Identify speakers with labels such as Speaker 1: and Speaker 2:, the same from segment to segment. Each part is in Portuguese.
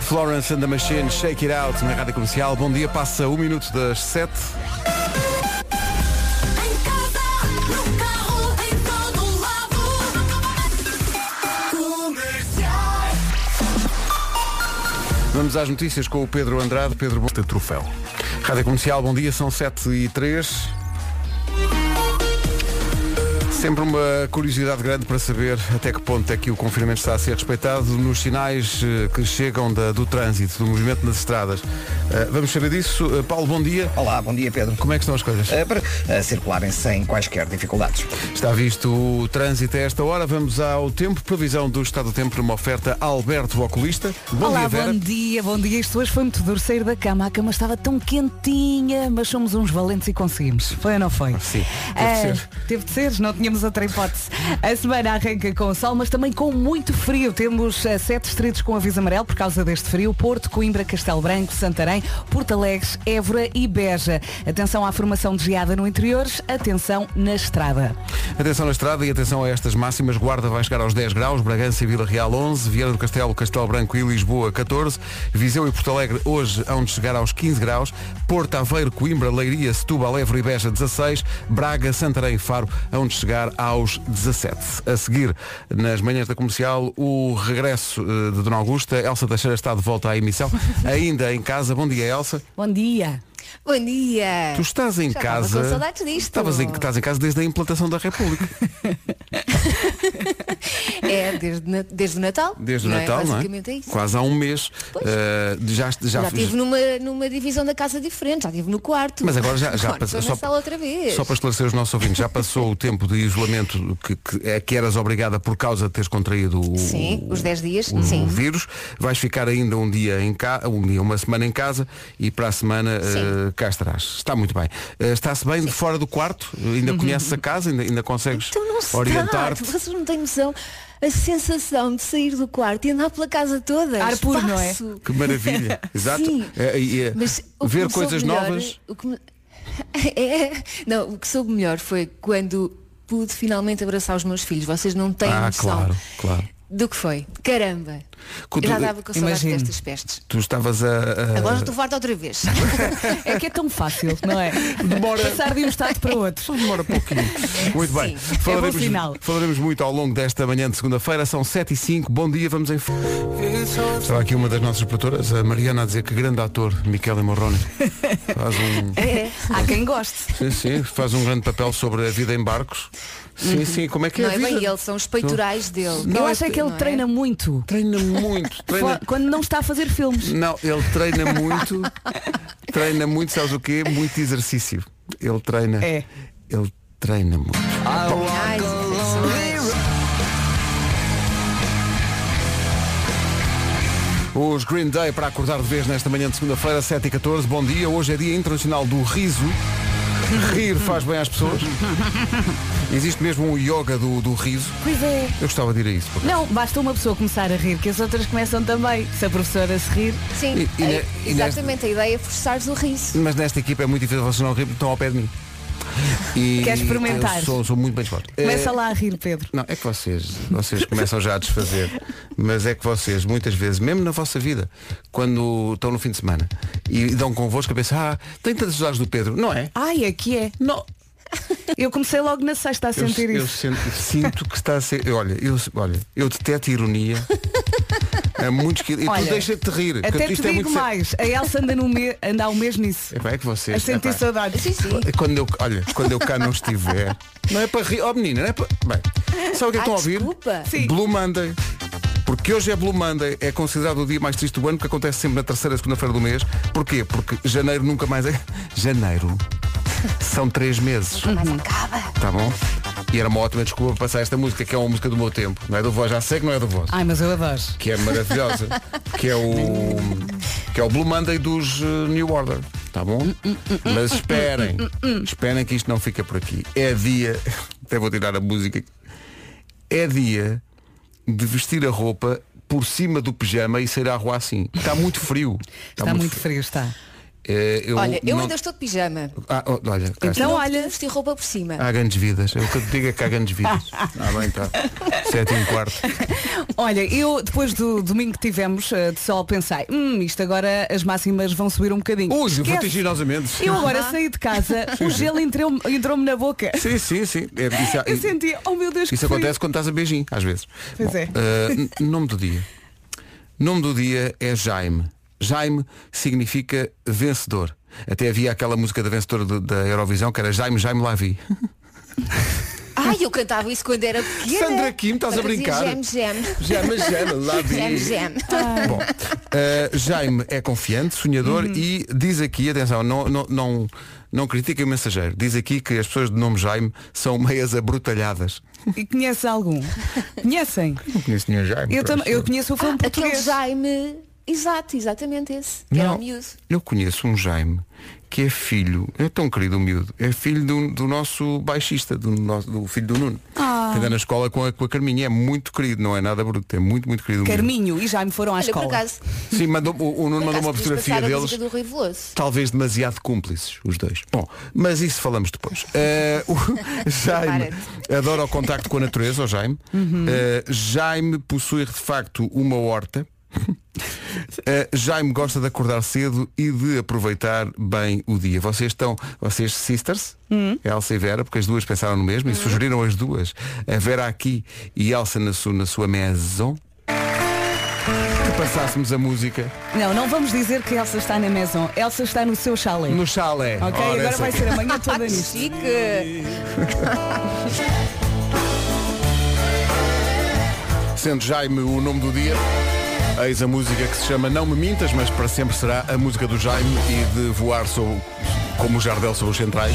Speaker 1: Florence and the Machine, Shake It Out, na Rádio Comercial. Bom dia, passa um minuto das sete.
Speaker 2: Em casa, no carro, em todo lado. Comercial.
Speaker 1: Vamos às notícias com o Pedro Andrade. Pedro, bom de troféu. Rádio Comercial, bom dia, são 7 e 3. Sempre uma curiosidade grande para saber até que ponto é que o confinamento está a ser respeitado nos sinais eh, que chegam da- do trânsito, do movimento nas estradas. Eh, Vamos saber disso. Eh, Paulo, bom dia.
Speaker 3: Olá, bom dia Pedro.
Speaker 1: Como é que estão as coisas?
Speaker 3: Eh, para eh, circularem sem quaisquer dificuldades.
Speaker 1: Está visto o trânsito a esta hora. Vamos ao tempo. Previsão do estado do tempo numa oferta a Alberto Oculista. Bom
Speaker 4: Olá,
Speaker 1: dia, Vera.
Speaker 4: bom dia, bom dia. Isto hoje foi muito duro sair da cama. A cama estava tão quentinha, mas somos uns valentes e conseguimos. Foi ou não foi?
Speaker 1: Sim, teve
Speaker 4: Ah,
Speaker 1: de ser.
Speaker 4: Teve de ser, não tínhamos outra hipótese. A semana arranca com sol, mas também com muito frio. Temos ah, sete distritos com aviso amarelo por causa deste frio. Porto, Coimbra, Castelo Branco, Santarém, Porto Alegre, Évora e Beja. Atenção à formação de geada no interior, atenção na estrada.
Speaker 1: Atenção na estrada e atenção a estas máximas. Guarda vai chegar aos 10 graus, Bragança e Vila Real 11, Vieira do Castelo, Castelo Branco e Lisboa 14, Viseu e Porto Alegre hoje hão de chegar aos 15 graus, Porto Aveiro, Coimbra, Leiria, Setúbal, Évora e Beja 16, Braga, Santarém e Faro hão de chegar aos 17. A seguir, nas manhãs da comercial, o regresso eh, de Dona Augusta. Elsa Teixeira está de volta à emissão, ainda em casa. Bom dia, Elsa.
Speaker 4: Bom dia.
Speaker 5: Bom dia!
Speaker 1: Tu estás em
Speaker 5: Já
Speaker 1: casa.
Speaker 5: Estava com saudades disto.
Speaker 1: Estavas em, estás em casa desde a implantação da República.
Speaker 5: É, desde, na- desde o Natal.
Speaker 1: Desde o
Speaker 5: não
Speaker 1: Natal,
Speaker 5: é?
Speaker 1: não é?
Speaker 5: Basicamente é isso.
Speaker 1: Quase há um mês.
Speaker 5: Pois.
Speaker 1: Eh, já, já,
Speaker 5: Já estive numa, numa divisão da casa diferente, já estive no quarto.
Speaker 1: Mas agora já, já
Speaker 5: Agora
Speaker 1: passou.
Speaker 5: estou na sala outra vez.
Speaker 1: só para esclarecer os nossos ouvintes, já passou o tempo de isolamento que, que, é que eras obrigada por causa de teres contraído o,
Speaker 5: Sim, os 10 dias,
Speaker 1: o,
Speaker 5: sim.
Speaker 1: o vírus. Vais ficar ainda um dia em casa, um dia, uma semana em casa e para a semana eh, cá estarás. Está muito bem. Eh, Está-se bem de fora do quarto, Eh, ainda conheces a casa, ainda, ainda consegues
Speaker 5: Uhum. Então não se
Speaker 1: orientar-te.
Speaker 5: trata, Vocês não têm noção. A sensação de sair do quarto e andar pela casa toda.
Speaker 4: Ar puro, não é?
Speaker 5: espaço.
Speaker 1: Que maravilha, exato.
Speaker 5: Sim.
Speaker 1: Eh, e, eh,
Speaker 5: Mas o que
Speaker 1: ver
Speaker 5: me soube
Speaker 1: coisas
Speaker 5: melhor,
Speaker 1: novas.
Speaker 5: O que me- É, não, o que soube melhor foi quando pude finalmente abraçar os meus filhos. Vocês não têm
Speaker 1: Ah,
Speaker 5: noção
Speaker 1: claro, claro.
Speaker 5: do que foi. Caramba!
Speaker 1: Quando-
Speaker 5: já dava com saudades
Speaker 4: Imagino.
Speaker 5: destas pestes.
Speaker 1: Tu estavas a. a-
Speaker 5: Agora estou farta outra vez.
Speaker 4: É que é tão fácil, não é?
Speaker 1: Demora-
Speaker 4: Passar de um estado para outro.
Speaker 1: Só demora um pouquinho. Muito bem.
Speaker 5: Sim,
Speaker 4: é bom sinal.
Speaker 1: falaremos muito ao longo desta manhã de segunda-feira. São 7 e 5 Bom dia, vamos em. f- Estava aqui uma das nossas produtoras, a Mariana, a dizer que grande ator, Michele Morrone. Faz um.
Speaker 4: Há quem goste.
Speaker 1: Sim, sim, faz um grande papel sobre a vida em barcos. Sim, sim, como é que é?
Speaker 5: não
Speaker 1: a
Speaker 5: é
Speaker 1: vida?
Speaker 5: bem ele, são os peitorais dele.
Speaker 1: Não,
Speaker 4: eu
Speaker 1: é
Speaker 4: acho é que ele
Speaker 5: não é?
Speaker 4: treina muito.
Speaker 1: Treina muito, treina.
Speaker 4: Fo- Quando não está a fazer filmes.
Speaker 1: Não, ele treina muito, treina muito, sabes o quê? Muito exercício. Ele treina.
Speaker 4: É.
Speaker 1: Ele treina muito.
Speaker 5: Ai,
Speaker 1: Os Green Day para acordar de vez nesta manhã de segunda-feira, 7 e 14 Bom dia, hoje é Dia Internacional do Riso. Rir faz bem às pessoas. Existe mesmo um yoga do, do riso.
Speaker 4: Pois é.
Speaker 1: Eu gostava de ir a isso. por acaso.
Speaker 4: Não, basta uma pessoa começar a rir, que as outras começam também. Se a professora se rir,
Speaker 5: Sim,
Speaker 1: E- e ne-
Speaker 5: é-
Speaker 1: e nesta-
Speaker 5: exatamente, a ideia é forçares o riso.
Speaker 1: Mas nesta equipa é muito difícil vocês não rirem, estão ao pé de mim. E
Speaker 4: Quer experimentar?
Speaker 1: eu Sou, sou muito bem forte.
Speaker 4: começa lá a rir, Pedro.
Speaker 1: Não, é que vocês, vocês começam já a desfazer, mas é que vocês, muitas vezes, mesmo na vossa vida, quando estão no fim de semana e dão convosco a pensar, ah, tem tantas idades do Pedro, não é?
Speaker 4: Ai, aqui é.
Speaker 1: Não,
Speaker 4: Eu comecei logo na sexta a
Speaker 1: Eu-
Speaker 4: sentir
Speaker 1: eu,
Speaker 4: isso.
Speaker 1: sinto, sinto que está a ser. eu- Olha, eu, olha, eu deteto ironia. É muito esquisito. E tu
Speaker 4: Olha,
Speaker 1: deixa-te de rir.
Speaker 4: Até
Speaker 1: porque
Speaker 4: te
Speaker 1: isto é
Speaker 4: digo
Speaker 1: muito sério.
Speaker 4: mais, a Elsa anda, no me... anda ao mês nisso.
Speaker 1: Epá, é que vocês.
Speaker 4: A sentir
Speaker 1: epá,
Speaker 4: saudades.
Speaker 5: Sim, sim.
Speaker 1: Quando eu, olha, quando eu cá não estiver. Não é para rir. Ó menina, não é para. Bem, sabe o que é que estão a ouvir?
Speaker 5: desculpa.
Speaker 4: Ah, Sim.
Speaker 1: Blue Monday. Porque hoje é Blue Monday, é considerado o dia mais triste do ano, que acontece sempre na terceira segunda-feira do mês. Porquê? Porque janeiro nunca mais é. Janeiro são três meses.
Speaker 5: Mas acaba.
Speaker 1: Tá bom? E era uma ótima desculpa para passar esta música, que é uma música do meu tempo. Não é do voz, já sei que não é do voz.
Speaker 4: Ai, mas eu adoro.
Speaker 1: Que é maravilhosa. que é o. Que é o Blue Monday dos eh, New Order. Tá bom? Mas esperem. Esperem que isto não fica por aqui. É dia. Até vou tirar a música. É dia de vestir a roupa por cima do pijama e sair à rua assim. Está Tá muito frio.
Speaker 4: Está muito frio, está.
Speaker 1: Eh, eu
Speaker 5: Olha, eu
Speaker 1: não-
Speaker 5: ainda Então, estou de pijama.
Speaker 1: Ah, oh, olha, cá está.
Speaker 5: Não
Speaker 4: olha.
Speaker 5: olha. vestir roupa por cima.
Speaker 1: Há grandes vidas. Eu que te digo é que há grandes vidas. Ah, bem, tá. Sete e um quarto.
Speaker 4: Olha, eu depois do domingo que tivemos eh, de sol pensei, hum, isto agora as máximas vão subir um bocadinho.
Speaker 1: Ui,
Speaker 4: Esquece.
Speaker 1: vertiginosamente.
Speaker 4: Eu agora saí de casa, o gelo entrou- entrou-me na boca.
Speaker 1: Sim, sim, sim. É, isso,
Speaker 4: Eu senti, oh meu Deus, que
Speaker 1: isso
Speaker 4: frio.
Speaker 1: acontece quando estás a beijinho, às vezes.
Speaker 4: Pois é.
Speaker 1: eh, n- nome do dia. Nome do dia é Jaime. Jaime significa vencedor. Até havia aquela música da vencedora do- da Eurovisão que era Jaime, Jaime Lavi.
Speaker 5: Ai, eu cantava isso quando era pequena.
Speaker 1: Sandra Kim, estás a
Speaker 5: Eu fazia
Speaker 1: brincar? Tá
Speaker 5: Gem, gem.
Speaker 1: Jaime, Jaime
Speaker 5: Gem, gem.
Speaker 1: Bom, eh, Jaime é confiante, sonhador
Speaker 5: Uhum.
Speaker 1: e diz aqui, atenção, não, não, não, não critica o mensageiro, diz aqui que as pessoas de nome Jaime são meias abrutalhadas.
Speaker 4: E conheces algum? Conhecem?
Speaker 1: Não conheço nenhum Jaime.
Speaker 4: Eu, tam-
Speaker 1: professor.
Speaker 4: eu conheço o filme
Speaker 5: Ah, Aquele
Speaker 4: português.
Speaker 5: Jaime. Exato, exatamente esse. Que era o miúdo.
Speaker 1: eu conheço um Jaime que é filho, é tão querido o miúdo, é filho do, do nosso baixista, do, nosso, do filho do Nuno.
Speaker 5: Ah.
Speaker 1: Que anda na escola com a, com a Carminha, é muito querido, não é nada bruto, é muito, muito querido o miúdo.
Speaker 4: Carminho e Jaime foram à
Speaker 5: Olha, por
Speaker 4: escola.
Speaker 5: acaso.
Speaker 1: Sim, mandou, o, o Nuno
Speaker 5: por
Speaker 1: mandou
Speaker 5: acaso
Speaker 1: uma
Speaker 5: podias
Speaker 1: fotografia
Speaker 5: passar a
Speaker 1: deles.
Speaker 5: música do Rui Veloso.
Speaker 1: talvez demasiado cúmplices, os dois. Bom, mas isso falamos depois. Eh, o Jaime adora o contacto com a natureza, o Jaime.
Speaker 4: Uhum.
Speaker 1: Eh, Jaime possui de facto uma horta. Eh, Jaime gosta de acordar cedo e de aproveitar bem o dia. Vocês estão, vocês sisters,
Speaker 4: Hum.
Speaker 1: Elsa e Vera, porque as duas pensaram no mesmo e sugeriram as duas. A Vera aqui e Elsa na sua, na sua maison. Que passássemos a música
Speaker 4: Não, não vamos dizer que Elsa está na maison. Elsa está no seu chalé.
Speaker 1: no chalé. Ora,
Speaker 4: Ok, agora
Speaker 1: essa
Speaker 4: vai
Speaker 1: aqui.
Speaker 4: ser amanhã toda nisto.
Speaker 5: Chique.
Speaker 1: Sendo Jaime o nome do dia, eis a música que se chama Não Me Mintas, mas para sempre será a música do Jaime e de voar sobre, como o Jardel sobre os centrais.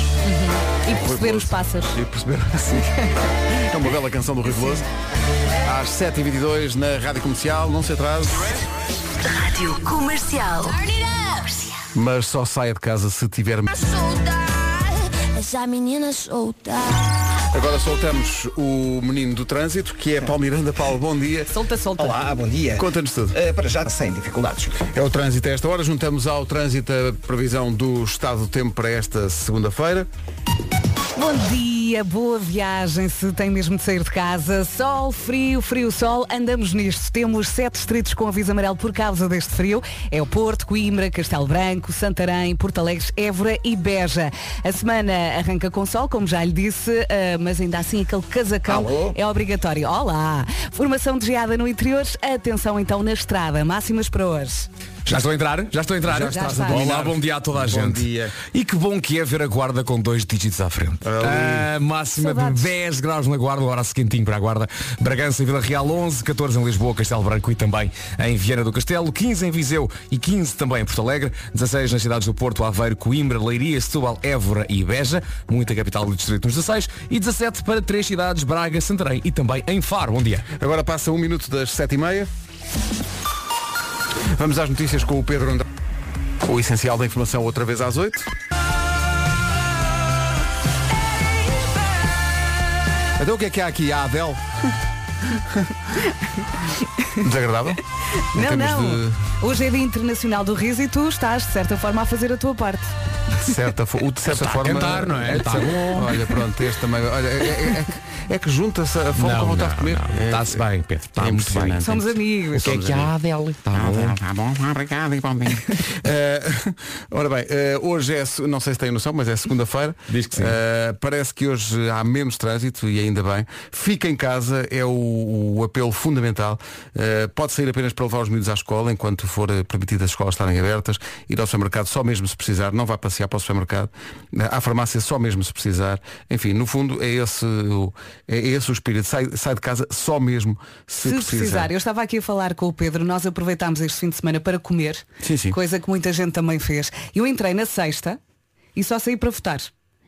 Speaker 4: E perceber os pássaros.
Speaker 1: E perceber assim. É uma bela canção do Rui Veloso. Às 7h22 na Rádio Comercial, não se atrase,
Speaker 2: Rádio Comercial.
Speaker 1: mas só saia de casa se tiver...
Speaker 2: Essa menina solta.
Speaker 1: Agora soltamos o menino do trânsito, que é Paulo Miranda. Paulo, bom dia.
Speaker 4: Solta, solta.
Speaker 3: Olá, bom dia.
Speaker 1: Conta-nos tudo.
Speaker 3: Eh, para já sem dificuldades.
Speaker 1: É o trânsito a esta hora. Juntamos ao trânsito a previsão do estado do tempo para esta segunda-feira.
Speaker 4: Bom dia, boa viagem se tem mesmo de sair de casa. Sol, frio, frio, sol, andamos nisto. Temos sete distritos com aviso amarelo por causa deste frio. É o Porto, Coimbra, Castelo Branco, Santarém, Porto Alegre, Évora e Beja. A semana arranca com sol, como já lhe disse, ah, mas ainda assim aquele casacão
Speaker 3: Alô?
Speaker 4: é obrigatório. Olá! Formação de geada no interior, atenção então na estrada. Máximas para hoje.
Speaker 6: Já estou a entrar? Já estou a entrar?
Speaker 4: Já estás
Speaker 6: estás a
Speaker 4: a dominar.
Speaker 6: Olá, bom dia a toda
Speaker 1: Bom
Speaker 6: a gente.
Speaker 1: dia.
Speaker 6: E que bom que é ver a guarda com dois dígitos à frente. Ah, máxima
Speaker 4: Saudades.
Speaker 6: de 10 graus na guarda, hora quentinho para a guarda. Bragança e Vila Real 11, 14 em Lisboa, Castelo Branco e também em Viana do Castelo, 15 em Viseu e 15 também em Porto Alegre, 16 nas cidades do Porto, Aveiro, Coimbra, Leiria, Setúbal, Évora e Beja, muita capital do distrito nos 16 e 17 para três cidades, Braga, Santarém e também em Faro. Bom dia.
Speaker 1: Agora passa um minuto das sete e meia. Vamos às notícias com o Pedro Andrade. O essencial da informação outra vez às oito. Então o que é que há aqui? Há a Adele? Desagradável? Em
Speaker 4: Não,
Speaker 1: termos
Speaker 4: não. Hoje é Dia Internacional do Riso e tu estás, de certa forma, a fazer a tua parte.
Speaker 1: De, de certa, fo- o de certa
Speaker 6: Está a
Speaker 1: forma.
Speaker 6: cantar, não é?
Speaker 1: de
Speaker 6: Está
Speaker 1: certa-
Speaker 6: bom.
Speaker 1: Olha, pronto, este também. Olha, é, é- é- é que junta-se a fome com a vontade de comer. É-
Speaker 6: Está-se bem, Pedro. Está
Speaker 1: é
Speaker 6: muito bem.
Speaker 1: impressionante.
Speaker 4: Somos amigos.
Speaker 1: que é que há
Speaker 6: dela? Está bom.
Speaker 1: Tá bom, obrigado igualmente. Eh, ora bem, eh, hoje é, se- não sei se têm noção, mas é segunda-feira.
Speaker 6: Diz que sim.
Speaker 1: Eh, parece que hoje há menos trânsito e ainda bem. Fica em casa, é o, o apelo fundamental. Eh, pode sair apenas para levar os miúdos à escola, enquanto for eh, permitido as escolas estarem abertas. Ir ao supermercado só mesmo se precisar, não vá passear para o supermercado. Eh, À farmácia só mesmo se precisar. Enfim, no fundo é esse o, é esse o espírito. Sai, sai de casa só mesmo se,
Speaker 4: Se precisar, eu estava aqui a falar com o Pedro, nós aproveitámos este fim de semana para comer,
Speaker 1: Sim, sim.
Speaker 4: coisa que muita gente também fez. Eu entrei na sexta e só saí para votar.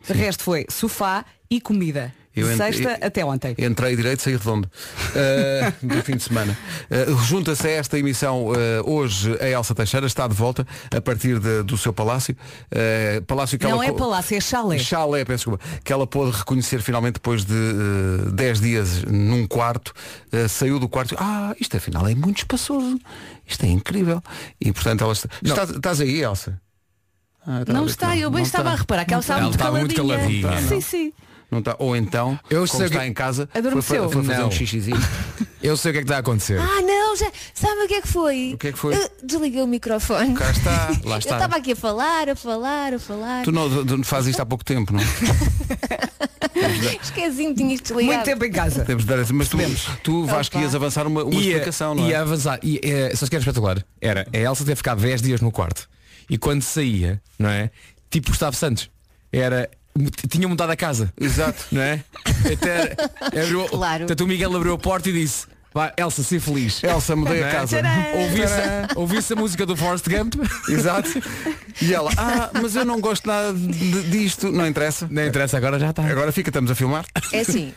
Speaker 4: O resto foi sofá e comida. De
Speaker 1: Eu ent-
Speaker 4: sexta
Speaker 1: eu-
Speaker 4: até ontem.
Speaker 1: Entrei direito, saí redondo. Uh, do fim de semana. Uh, Junta-se a esta emissão uh, hoje a Elsa Teixeira, está de volta a partir de- do seu palácio. Uh, palácio que
Speaker 4: Não
Speaker 1: ela
Speaker 4: é
Speaker 1: co-
Speaker 4: palácio, é chalé.
Speaker 1: Chalé, peço desculpa, que ela pôde reconhecer finalmente depois de eh, 10 dias num quarto, eh, saiu do quarto, ah, isto afinal é muito espaçoso, isto é incrível. E portanto ela está. Está- Estás aí, Elsa? Ah, tá a
Speaker 4: Não
Speaker 1: ver
Speaker 4: está,
Speaker 1: que
Speaker 4: eu bem
Speaker 1: não
Speaker 4: estava
Speaker 1: está.
Speaker 4: a reparar que ela estava
Speaker 6: Ela
Speaker 4: muito
Speaker 6: estava muito
Speaker 4: caladinha.
Speaker 6: caladinha, não.
Speaker 4: Sim, sim.
Speaker 1: Não está. Ou então,
Speaker 6: Eu
Speaker 1: como
Speaker 6: sei
Speaker 1: está
Speaker 6: que-
Speaker 1: em casa, foi,
Speaker 4: Adormeceu.
Speaker 1: fa- foi fazer
Speaker 6: Não.
Speaker 1: um xixizinho.
Speaker 6: Eu sei o que é que está a acontecer.
Speaker 5: Ah, não, já. Sabe o que é que foi?
Speaker 1: O que é que foi?
Speaker 5: Eu desliguei o microfone.
Speaker 1: Cá está, lá
Speaker 5: Eu
Speaker 1: está.
Speaker 5: estava aqui a falar, a falar, a falar.
Speaker 1: Tu não, tu não fazes isto há pouco tempo, não?
Speaker 5: Esqueci-me, tinhas desligado.
Speaker 4: Muito tempo em casa.
Speaker 1: Temos de dar essa. Mas tu, tu vais que ias avançar uma, uma
Speaker 6: Ia-
Speaker 1: explicação, não é?
Speaker 6: ia avançar. E, é, sabes o que era espetacular? Era, a Elsa teve que ficar 10 dias no quarto. E quando saía, não é? Tipo Gustavo Santos. Era. Tinha mudado a casa.
Speaker 1: Exato.
Speaker 6: Não é? Até, abriu,
Speaker 5: Claro.
Speaker 6: Portanto, o Miguel abriu a porta e disse. Vá, Elsa, ser feliz.
Speaker 1: Elsa, mudei
Speaker 6: Não
Speaker 1: a
Speaker 6: é?
Speaker 1: casa.
Speaker 6: Ouvisse, ouvisse a música do Forrest Gump.
Speaker 1: Exato. E ela, ah, mas eu não gosto nada de- disto. Não interessa.
Speaker 6: Não interessa, agora já está.
Speaker 1: Agora fica, estamos a filmar.
Speaker 5: É assim,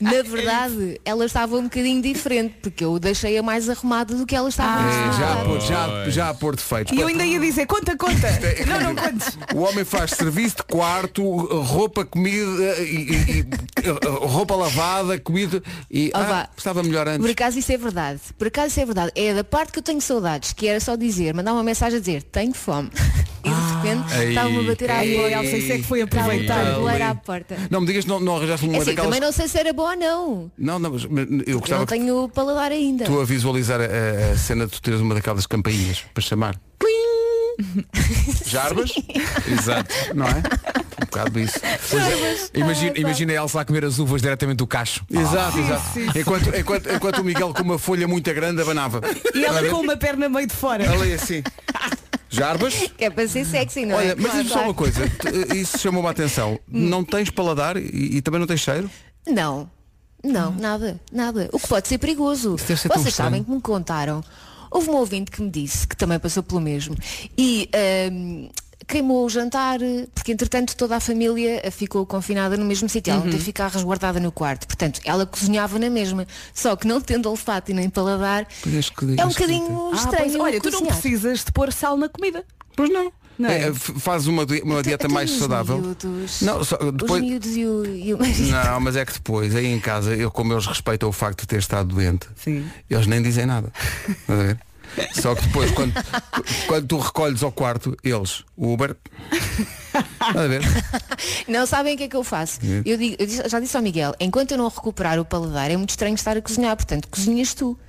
Speaker 5: na verdade, ela estava um bocadinho diferente, porque eu deixei-a mais arrumada do que ela estava.
Speaker 1: É,
Speaker 5: antes de
Speaker 1: já, a
Speaker 5: mudar.
Speaker 1: pôr, já, já a pôr defeitos.
Speaker 4: Ah,
Speaker 1: É,
Speaker 4: E eu ainda ia dizer, conta, conta. Não, não contes.
Speaker 1: O homem faz serviço de quarto, roupa, comida, e, e- e- roupa lavada, comida e
Speaker 5: Ah,
Speaker 1: ah,
Speaker 5: vá.
Speaker 1: estava melhor
Speaker 5: Por
Speaker 1: antes.
Speaker 5: acaso isso é verdade. Por acaso isso é verdade. É da parte que eu tenho saudades, que era só dizer, mandar uma mensagem a dizer, tenho fome. E
Speaker 1: Ah,
Speaker 5: de repente
Speaker 6: Ei.
Speaker 5: estava-me a bater à
Speaker 4: Ai,
Speaker 5: porta.
Speaker 4: Elsa, isso é que foi
Speaker 5: Estava a
Speaker 4: aproveitar.
Speaker 5: tabuleiro à porta.
Speaker 1: Não me digas, não, não arranjaste
Speaker 5: É
Speaker 1: uma
Speaker 5: assim,
Speaker 1: daquelas.
Speaker 5: também não sei se era boa ou não.
Speaker 1: Não, não, mas mas eu
Speaker 5: Eu
Speaker 1: gostava
Speaker 5: não
Speaker 1: que
Speaker 5: tenho paladar ainda.
Speaker 1: tu a visualizar a, a cena de tu teres uma daquelas campainhas para chamar. Plim! Jarbas?
Speaker 6: Exato.
Speaker 1: Não é? Um bocado isso. é.
Speaker 6: Imagina, imagina a Elsa a comer as uvas diretamente do cacho.
Speaker 1: Exato, exato. Enquanto, enquanto, enquanto o Miguel com uma folha muito grande abanava.
Speaker 4: E ela com uma perna meio de fora.
Speaker 1: Ela é assim. Jarbas?
Speaker 5: Que é para ser sexy, não é? Hum.
Speaker 1: Olha, mas
Speaker 5: Claro,
Speaker 1: diz-me só uma
Speaker 5: claro.
Speaker 1: coisa, tu- eh, isso chamou-me a atenção. Não tens paladar e, e também não tens cheiro?
Speaker 5: Não, não, nada, nada. O que pode ser perigoso.
Speaker 1: Isso deve ser tão
Speaker 5: Vocês
Speaker 1: estranho.
Speaker 5: sabem que me contaram. Houve um ouvinte que me disse, que também passou pelo mesmo, e ahm, queimou o jantar, porque entretanto toda a família ah, ficou confinada no mesmo sítio.
Speaker 1: Uhum.
Speaker 5: Ela não teve que ficar resguardada no quarto. Portanto, ela cozinhava na mesma. Só que não tendo olfato e nem paladar,
Speaker 1: Pois que-
Speaker 5: é um
Speaker 1: acho que
Speaker 5: bocadinho
Speaker 4: Ah,
Speaker 5: estranho.
Speaker 4: pois, olha, tu não
Speaker 5: cozinhar.
Speaker 4: precisas de pôr sal na comida.
Speaker 1: Pois não.
Speaker 4: Não
Speaker 1: É,
Speaker 4: é?
Speaker 1: f- faz uma, di- uma dieta
Speaker 5: Então,
Speaker 1: mais
Speaker 5: e os
Speaker 1: saudável.
Speaker 5: miúdos?
Speaker 1: Não, só- depois-
Speaker 5: Os miúdos e o, e o marido.
Speaker 1: Não, mas é que depois, aí em casa, eu como eles respeitam o facto de ter estado doente,
Speaker 4: Sim.
Speaker 1: eles nem dizem nada. Estás a ver? Só que depois, quando, quando tu recolhes ao quarto, eles, o Uber, estás a ver?
Speaker 5: Não sabem o que é que eu faço.
Speaker 1: Hum.
Speaker 5: Eu, digo- eu disse- já disse ao Miguel, enquanto eu não recuperar o paladar, é muito estranho estar a cozinhar, portanto, cozinhas tu.
Speaker 1: Hum.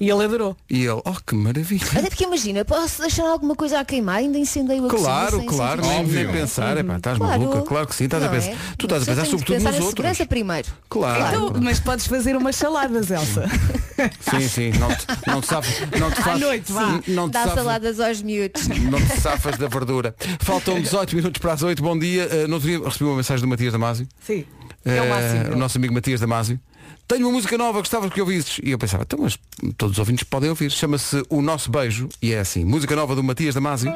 Speaker 4: E ele adorou.
Speaker 1: E ele, oh que maravilha.
Speaker 5: Até porque imagina, posso deixar alguma coisa a queimar, ainda incendeio a cozinha
Speaker 1: Claro,
Speaker 5: sem- sem
Speaker 1: claro,
Speaker 5: fazer
Speaker 1: nem,
Speaker 5: nada.
Speaker 1: nem pensar, epá, estás maluca, claro que sim, estás a
Speaker 5: não é?
Speaker 1: pensar. Tu estás a
Speaker 5: Só
Speaker 1: pensar
Speaker 5: tenho de
Speaker 1: sobretudo
Speaker 5: pensar
Speaker 1: nos
Speaker 5: na
Speaker 1: outros.
Speaker 5: segurança primeiro.
Speaker 1: Claro.
Speaker 4: Então, mas podes fazer umas saladas, Elsa.
Speaker 1: Sim, sim, não te, não te safas, não te faz,
Speaker 4: noite, vá.
Speaker 1: não te
Speaker 5: Dá
Speaker 1: safas-
Speaker 5: saladas aos miúdos.
Speaker 1: Não te safas da verdura. Faltam 18 minutos para as 8. Bom dia. Uh, no outro dia recebi uma mensagem do Matias Damasio.
Speaker 4: Sim. É o
Speaker 1: Eh,
Speaker 4: máximo.
Speaker 1: o nosso amigo Matias Damasio. Tenho uma música nova, gostava que ouvisses. E eu pensava, então, mas todos os ouvintes podem ouvir. Chama-se O Nosso Beijo. E é assim, música nova do Matias Damasio.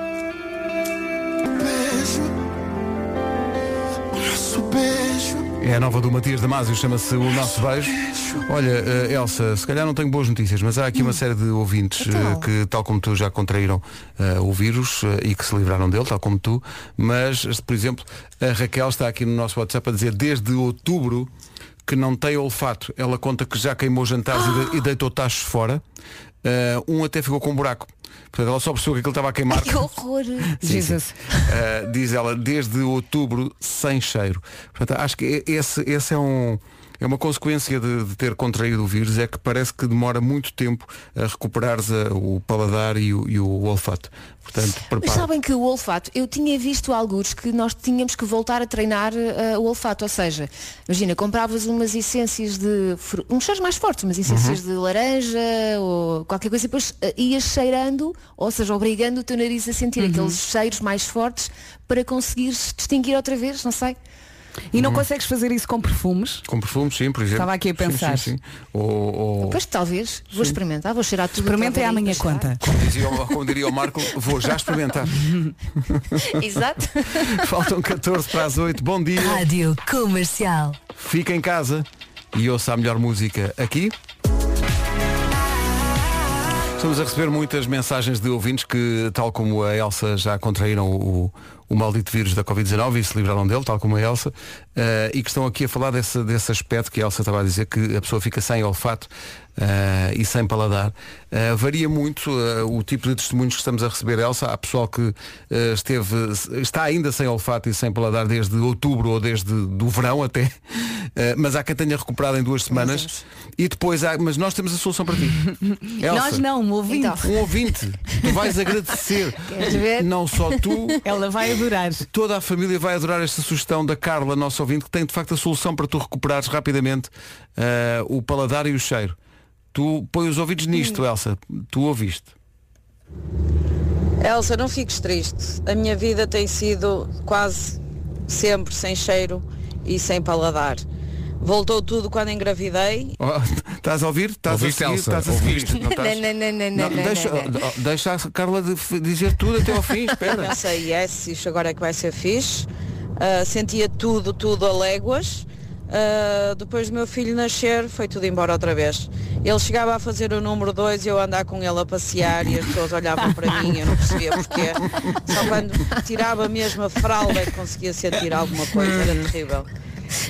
Speaker 1: É a nova do Matias Damasio, chama-se O Nosso Beijo. Hum. Olha, eh, Elsa, se calhar não tenho boas notícias, mas há aqui uma série de ouvintes eh,
Speaker 5: Então.
Speaker 1: que, tal como tu, já contraíram eh, o vírus eh, e que se livraram dele, tal como tu. Mas, eh, por exemplo, a Raquel está aqui no nosso WhatsApp a dizer desde outubro que não tem olfato. Ela conta que já queimou jantares e de- e deitou tachos fora. Eh, um até ficou com um buraco. Portanto, ela só percebeu que aquilo estava a queimar.
Speaker 5: Que horror.
Speaker 1: Sim, sim.
Speaker 4: Jesus.
Speaker 1: Uh, diz ela, desde outubro sem cheiro. Portanto, acho que esse, esse é um. É uma consequência de, de ter contraído o vírus, é que parece que demora muito tempo a recuperares a- o paladar e o, e o olfato. Portanto,
Speaker 5: Mas
Speaker 1: prepara.
Speaker 5: sabem que o olfato, eu tinha visto alguns que nós tínhamos que voltar a treinar eh, o olfato, ou seja, imagina, compravas umas essências de fru- uns cheiros mais fortes, umas
Speaker 4: Uhum.
Speaker 5: essências de laranja ou qualquer coisa e depois eh, ias cheirando, ou seja, obrigando o teu nariz a sentir
Speaker 4: Uhum.
Speaker 5: aqueles cheiros mais fortes para conseguires distinguir outra vez, não sei.
Speaker 4: E não consegues fazer isso com perfumes?
Speaker 1: Com perfumes, sim, por exemplo.
Speaker 4: Estava aqui a
Speaker 1: Sim, sim,
Speaker 4: pensar.
Speaker 1: sim. Ou, ou-
Speaker 5: Pois talvez, vou experimentar, vou cheirar tudo.
Speaker 4: Experimentem à minha
Speaker 5: minha
Speaker 4: é conta.
Speaker 1: como, dizia, o- como diria o Marco, vou já experimentar.
Speaker 5: Exato.
Speaker 1: Faltam 14 para as 8. Bom dia.
Speaker 7: Rádio Comercial.
Speaker 1: Fica em casa e ouça a melhor música aqui. Estamos a receber muitas mensagens de ouvintes que, tal como a Elsa, já contraíram o, o maldito vírus da Covid-19 e se livraram dele, tal como a Elsa, eh, e que estão aqui a falar desse, desse aspecto que a Elsa estava a dizer, que a pessoa fica sem olfato eh, e sem paladar. Eh, varia muito eh, o tipo de testemunhos que estamos a receber, Elsa. Há pessoal que eh, esteve, está ainda sem olfato e sem paladar desde outubro ou desde do verão até, Eh, mas há quem tenha recuperado em duas semanas. E depois há, mas nós temos a solução para ti. Elsa,
Speaker 4: Nós não, o ouvinte.
Speaker 5: Então.
Speaker 1: Um ouvinte, tu vais agradecer.
Speaker 5: Queres ver?
Speaker 1: Não só tu,
Speaker 4: Ela vai adorar.
Speaker 1: Toda a família vai adorar esta sugestão da Carla, nosso ouvinte, que tem de facto a solução para tu recuperares rapidamente eh, o paladar e o cheiro. Tu põe os ouvidos
Speaker 5: Hum.
Speaker 1: nisto, Elsa. Tu ouviste.
Speaker 7: Elsa, não fiques triste. A minha vida tem sido quase sempre sem cheiro e sem paladar. Voltou tudo quando engravidei.
Speaker 1: Oh, estás a ouvir? Estás
Speaker 6: Ouviste,
Speaker 1: a seguir?
Speaker 6: Elsa?
Speaker 1: Estás a seguir? Não estás?
Speaker 5: Não, não, não, não, não,
Speaker 1: deixa,
Speaker 5: não, não.
Speaker 1: oh, deixa a Carla de f- dizer tudo até ao fim, espera.
Speaker 7: Pensei, yes, isto agora é que vai ser fixe. Ah, sentia tudo, tudo a léguas. Ah, depois do meu filho nascer, foi tudo embora outra vez. Ele chegava a fazer o número 2 e eu a andar com ele a passear e as pessoas olhavam para mim, eu não percebia porquê. Só quando tirava mesmo a fralda é que conseguia sentir alguma coisa, era terrível.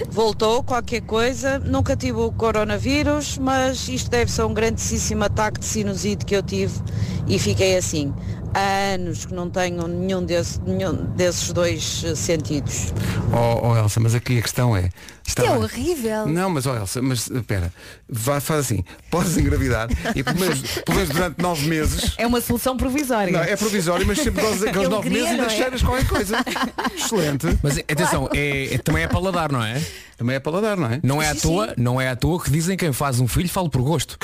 Speaker 7: Voltou qualquer coisa, nunca tive o coronavírus, mas isto deve ser um grandíssimo ataque de sinusite que eu tive e fiquei assim. Há anos que não tenho nenhum, desse- nenhum desses dois eh, sentidos.
Speaker 1: Oh, oh, Elsa, mas aqui a questão é.
Speaker 4: Tá
Speaker 5: Isto é
Speaker 1: estava-
Speaker 5: horrível.
Speaker 1: Não, mas ó Elsa, mas espera, Vá- faz assim, podes engravidar e pelo menos, pelo menos durante nove meses
Speaker 4: É uma solução provisória.
Speaker 1: Não, é provisório, mas sempre gozas aqueles
Speaker 5: Eu
Speaker 1: nove
Speaker 5: queria,
Speaker 1: meses e
Speaker 5: não
Speaker 1: ainda
Speaker 5: é?
Speaker 1: cheiras qualquer coisa. Excelente.
Speaker 6: Mas atenção, é, é- também é paladar, não é?
Speaker 1: Também é paladar, não é?
Speaker 6: Não é à toa, não é à toa que dizem quem faz um filho fala por gosto.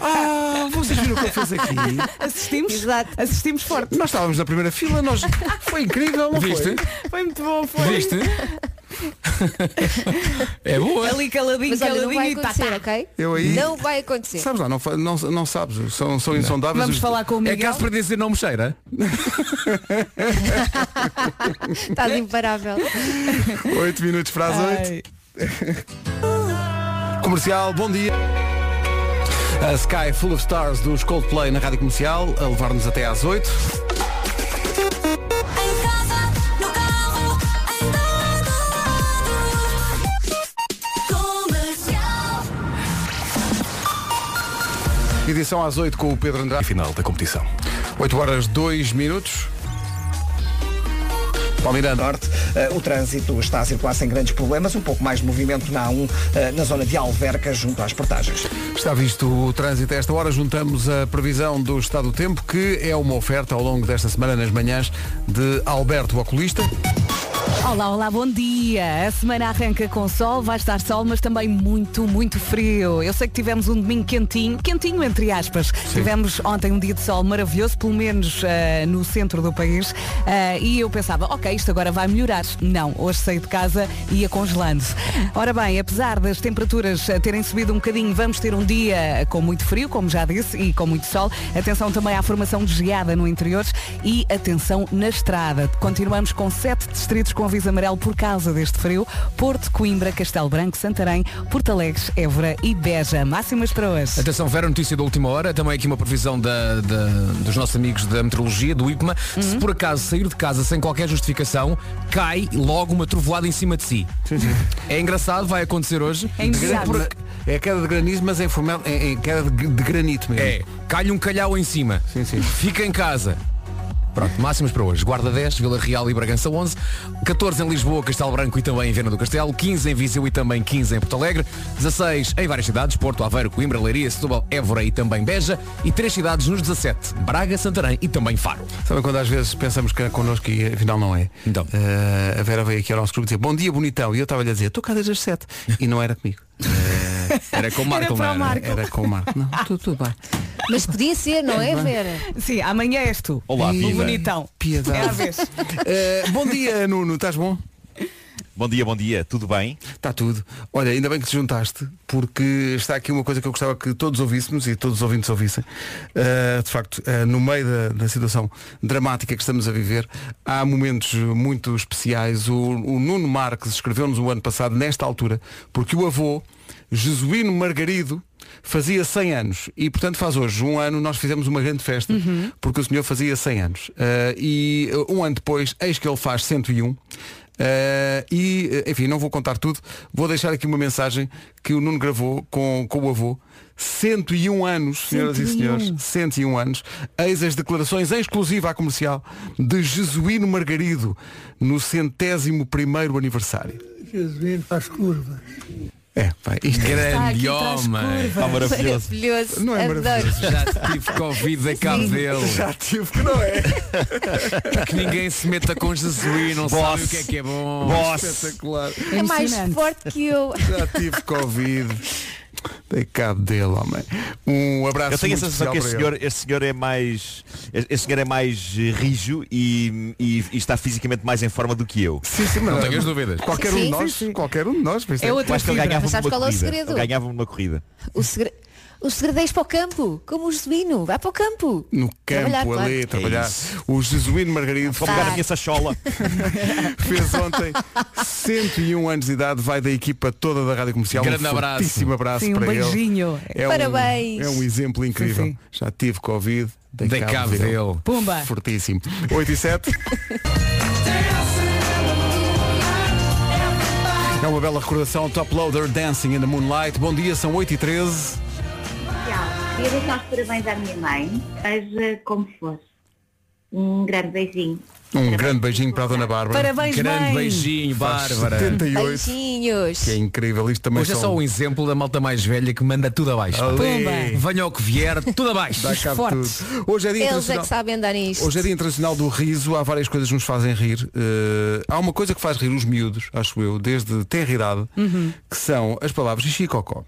Speaker 1: Ah, vocês viram o que ele fez aqui?
Speaker 4: Assistimos? Assistimos forte.
Speaker 1: Nós estávamos na primeira fila, nós... foi incrível, não
Speaker 6: Viste?
Speaker 1: foi?
Speaker 4: Foi muito bom, foi.
Speaker 6: Viste? é boa.
Speaker 4: Ali caladinho,
Speaker 5: Mas olha, não
Speaker 4: caladinho
Speaker 5: vai
Speaker 4: e tá,
Speaker 5: acontecer, ok?
Speaker 1: Eu aí-
Speaker 5: Não vai acontecer.
Speaker 1: Sabes lá, não, fa- não, não sabes, são, são insondáveis.
Speaker 4: Vamos
Speaker 1: os-
Speaker 4: falar com o
Speaker 6: É
Speaker 4: Miguel.
Speaker 6: caso para dizer não me cheira?
Speaker 5: Estás Tá imparável.
Speaker 1: Oito minutos para as oito.
Speaker 4: Ai.
Speaker 1: Comercial, bom dia. A Sky Full of Stars dos Coldplay na Rádio Comercial, a levar-nos até às 8.
Speaker 2: Em casa, no carro, em todo lado. Comercial.
Speaker 1: Edição às 8 com o Pedro Andrade.
Speaker 8: Final da competição.
Speaker 1: 8 horas 2 minutos. Palmeiranda.
Speaker 3: Norte. Eh, o trânsito está a circular sem grandes problemas, um pouco mais de movimento na A1, eh, na zona de Alverca, junto às portagens.
Speaker 1: Está visto o trânsito a esta hora, juntamos a previsão do estado do tempo, que é uma oferta ao longo desta semana nas manhãs de Alberto Oculista.
Speaker 4: Olá, olá, bom dia. A semana arranca com sol, vai estar sol, mas também muito, muito frio. Eu sei que tivemos um domingo quentinho, quentinho entre aspas. Tivemos ontem um dia de sol maravilhoso, pelo menos ah, no centro do país, Ah, e eu pensava, ok, isto agora vai melhorar. Não, hoje saí de casa e ia congelando. Ora bem, apesar das temperaturas ah, terem subido um bocadinho, vamos ter um dia com muito frio, como já disse, e com muito sol. Atenção também à formação de geada no interior e atenção na estrada. Continuamos com sete distritos com aviso amarelo por causa deste frio. Porto, Coimbra, Castelo Branco, Santarém, Porto Alegre, Évora e Beja. Máximas para hoje.
Speaker 6: Atenção, Vera, notícia da última hora, também aqui uma previsão da- da- dos nossos amigos da meteorologia, do IPMA.
Speaker 4: Uhum.
Speaker 6: Se por acaso sair de casa sem qualquer justificação, cai logo uma trovoada em cima de si. É engraçado, vai acontecer hoje.
Speaker 4: É engraçado.
Speaker 1: Gra- É queda de granizo, mas em, formel, em, em queda de, de granito mesmo.
Speaker 6: É, calha um calhau em cima.
Speaker 1: Sim, sim.
Speaker 6: Fica em casa. Pronto, máximos para hoje. Guarda 10, Vila Real e Bragança 11, 14 em Lisboa, Castelo Branco e também em Viana do Castelo, 15 em Viseu e também 15 em Porto Alegre, 16 em várias cidades, Porto, Aveiro, Coimbra, Leiria, Setúbal, Évora e também Beja, e três cidades nos 17, Braga, Santarém e também Faro.
Speaker 1: Sabe quando às vezes pensamos que é connosco e afinal não é?
Speaker 6: Então.
Speaker 1: Eh, a Vera veio aqui ao nosso grupo dizer bom dia bonitão e eu estava-lhe a dizer estou cá desde as 7 e não era comigo.
Speaker 6: Eh, Era com o Marco,
Speaker 4: para o
Speaker 6: não era?
Speaker 4: Marco.
Speaker 1: Era com o Marco. Não, tudo, tudo bem.
Speaker 5: Mas podia ser, não é, Vera?
Speaker 4: Sim, amanhã és tu.
Speaker 8: Olá,
Speaker 4: O
Speaker 8: viva.
Speaker 4: bonitão.
Speaker 1: Piedade.
Speaker 4: É a vez.
Speaker 1: Eh, bom dia Nuno, estás bom?
Speaker 8: Bom dia, bom dia, tudo bem?
Speaker 1: Está Tá tudo. Olha, ainda bem que te juntaste, porque está aqui uma coisa que eu gostava que todos ouvíssemos e todos os ouvintes ouvissem. Uh, de facto, uh, no meio da, da situação dramática que estamos a viver, há momentos muito especiais. O, o Nuno Marques escreveu-nos o ano passado, nesta altura, porque o avô, Jesuíno Margarido, fazia 100 anos e portanto faz hoje um ano nós fizemos uma grande festa porque o senhor fazia 100 anos Uh, e uh, um ano depois eis que ele faz 101 uh, Eh, e uh, enfim não vou contar tudo vou deixar aqui uma mensagem que o Nuno gravou com, com o avô 101 anos, senhoras e
Speaker 5: 101.
Speaker 1: senhores, 101 anos, eis as declarações em exclusiva à comercial de Jesuíno Margarido no centésimo primeiro aniversário.
Speaker 9: Jesuíno faz curvas.
Speaker 1: É, pá, isto é...
Speaker 6: Grande homem.
Speaker 5: Está
Speaker 8: maravilhoso.
Speaker 5: maravilhoso.
Speaker 1: Não é
Speaker 5: Adoro.
Speaker 1: maravilhoso?
Speaker 6: Já tive Covid da cabo dele.
Speaker 1: Já tive que não é.
Speaker 6: Que ninguém se meta com Jesuíno, não sabe o que é que é bom.
Speaker 1: Espetacular.
Speaker 5: É mais
Speaker 4: Impressionante.
Speaker 5: forte que eu.
Speaker 1: Já tive Covid. Dei cabo dele, homem. Um abraço
Speaker 8: Eu tenho a
Speaker 1: muito especial
Speaker 8: sensação
Speaker 1: para
Speaker 8: que este
Speaker 1: ele.
Speaker 8: senhor, este senhor é mais. Este senhor é mais eh, rijo e, e- e está fisicamente mais em forma do que eu.
Speaker 1: Sim, sim, mas
Speaker 6: Não tenhas dúvidas.
Speaker 1: Qualquer um
Speaker 5: Sim,
Speaker 1: de nós,
Speaker 4: sim, sim.
Speaker 1: qualquer um de nós. pois
Speaker 4: É outra
Speaker 8: Eu acho que ele
Speaker 4: fibra.
Speaker 8: ganhava
Speaker 5: Sabes
Speaker 8: numa
Speaker 5: qual é o
Speaker 8: corrida.
Speaker 5: segredo?
Speaker 8: Ele ganhava numa corrida.
Speaker 5: O segredo. O segredo é ir para o campo, como o Jesuíno, vai para o campo.
Speaker 1: No campo
Speaker 5: Trabalhar, claro.
Speaker 1: ali,
Speaker 5: É
Speaker 1: trabalhar.
Speaker 8: isso.
Speaker 1: o Jesuíno Margarido
Speaker 8: Vou pegar a minha sachola.
Speaker 1: fez ontem 101 anos de idade, vai da equipa toda da Rádio Comercial.
Speaker 6: Grande
Speaker 1: um
Speaker 6: abraço.
Speaker 1: fortíssimo abraço
Speaker 4: Sim, um
Speaker 1: para ele.
Speaker 4: beijinho.
Speaker 1: É
Speaker 5: Parabéns.
Speaker 1: Um, é um exemplo incrível.
Speaker 4: Sim, sim.
Speaker 1: Já tive Covid. Dei,
Speaker 6: Da cabo dele.
Speaker 4: Pumba.
Speaker 1: Fortíssimo. 8 e 7. É uma bela recordação, Top Loader Dancing in the Moonlight. Bom dia, são 8 e 13.
Speaker 10: Queria deixar os parabéns à minha mãe, seja como fosse. Um grande beijinho.
Speaker 1: Um grande beijinho para a Dona Bárbara.
Speaker 4: Parabéns,
Speaker 6: Grande
Speaker 4: mãe.
Speaker 6: beijinho,
Speaker 1: Faz
Speaker 6: Bárbara.
Speaker 1: 78.
Speaker 5: Beijinhos.
Speaker 1: Que é incrível. Isto também
Speaker 6: Hoje é
Speaker 1: são-
Speaker 6: só um exemplo da malta mais velha que manda tudo abaixo.
Speaker 4: Pumba.
Speaker 6: Venha ao que vier, tudo abaixo.
Speaker 1: Dá cabo de
Speaker 4: fortes.
Speaker 1: tudo. Hoje é dia
Speaker 5: Eles é
Speaker 1: internacional.
Speaker 5: que sabem dar nisto.
Speaker 1: Hoje é dia internacional do riso, há várias coisas que nos fazem rir. Eh, há uma coisa que faz rir os miúdos, acho eu, desde terra idade,
Speaker 4: Uhum.
Speaker 1: que são as palavras xixi e cocó.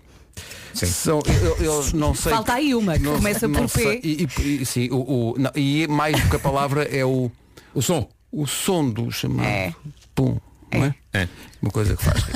Speaker 1: São, eu, eu não sei.
Speaker 4: Falta aí uma, que começa
Speaker 1: não
Speaker 4: por P.
Speaker 1: sei. E, e- e- sim, o, o- não, e mais do que a palavra é o,
Speaker 6: O som.
Speaker 1: o som do chamado.
Speaker 4: É.
Speaker 1: Pum. Não é?
Speaker 6: É.
Speaker 1: Uma coisa que faz rir.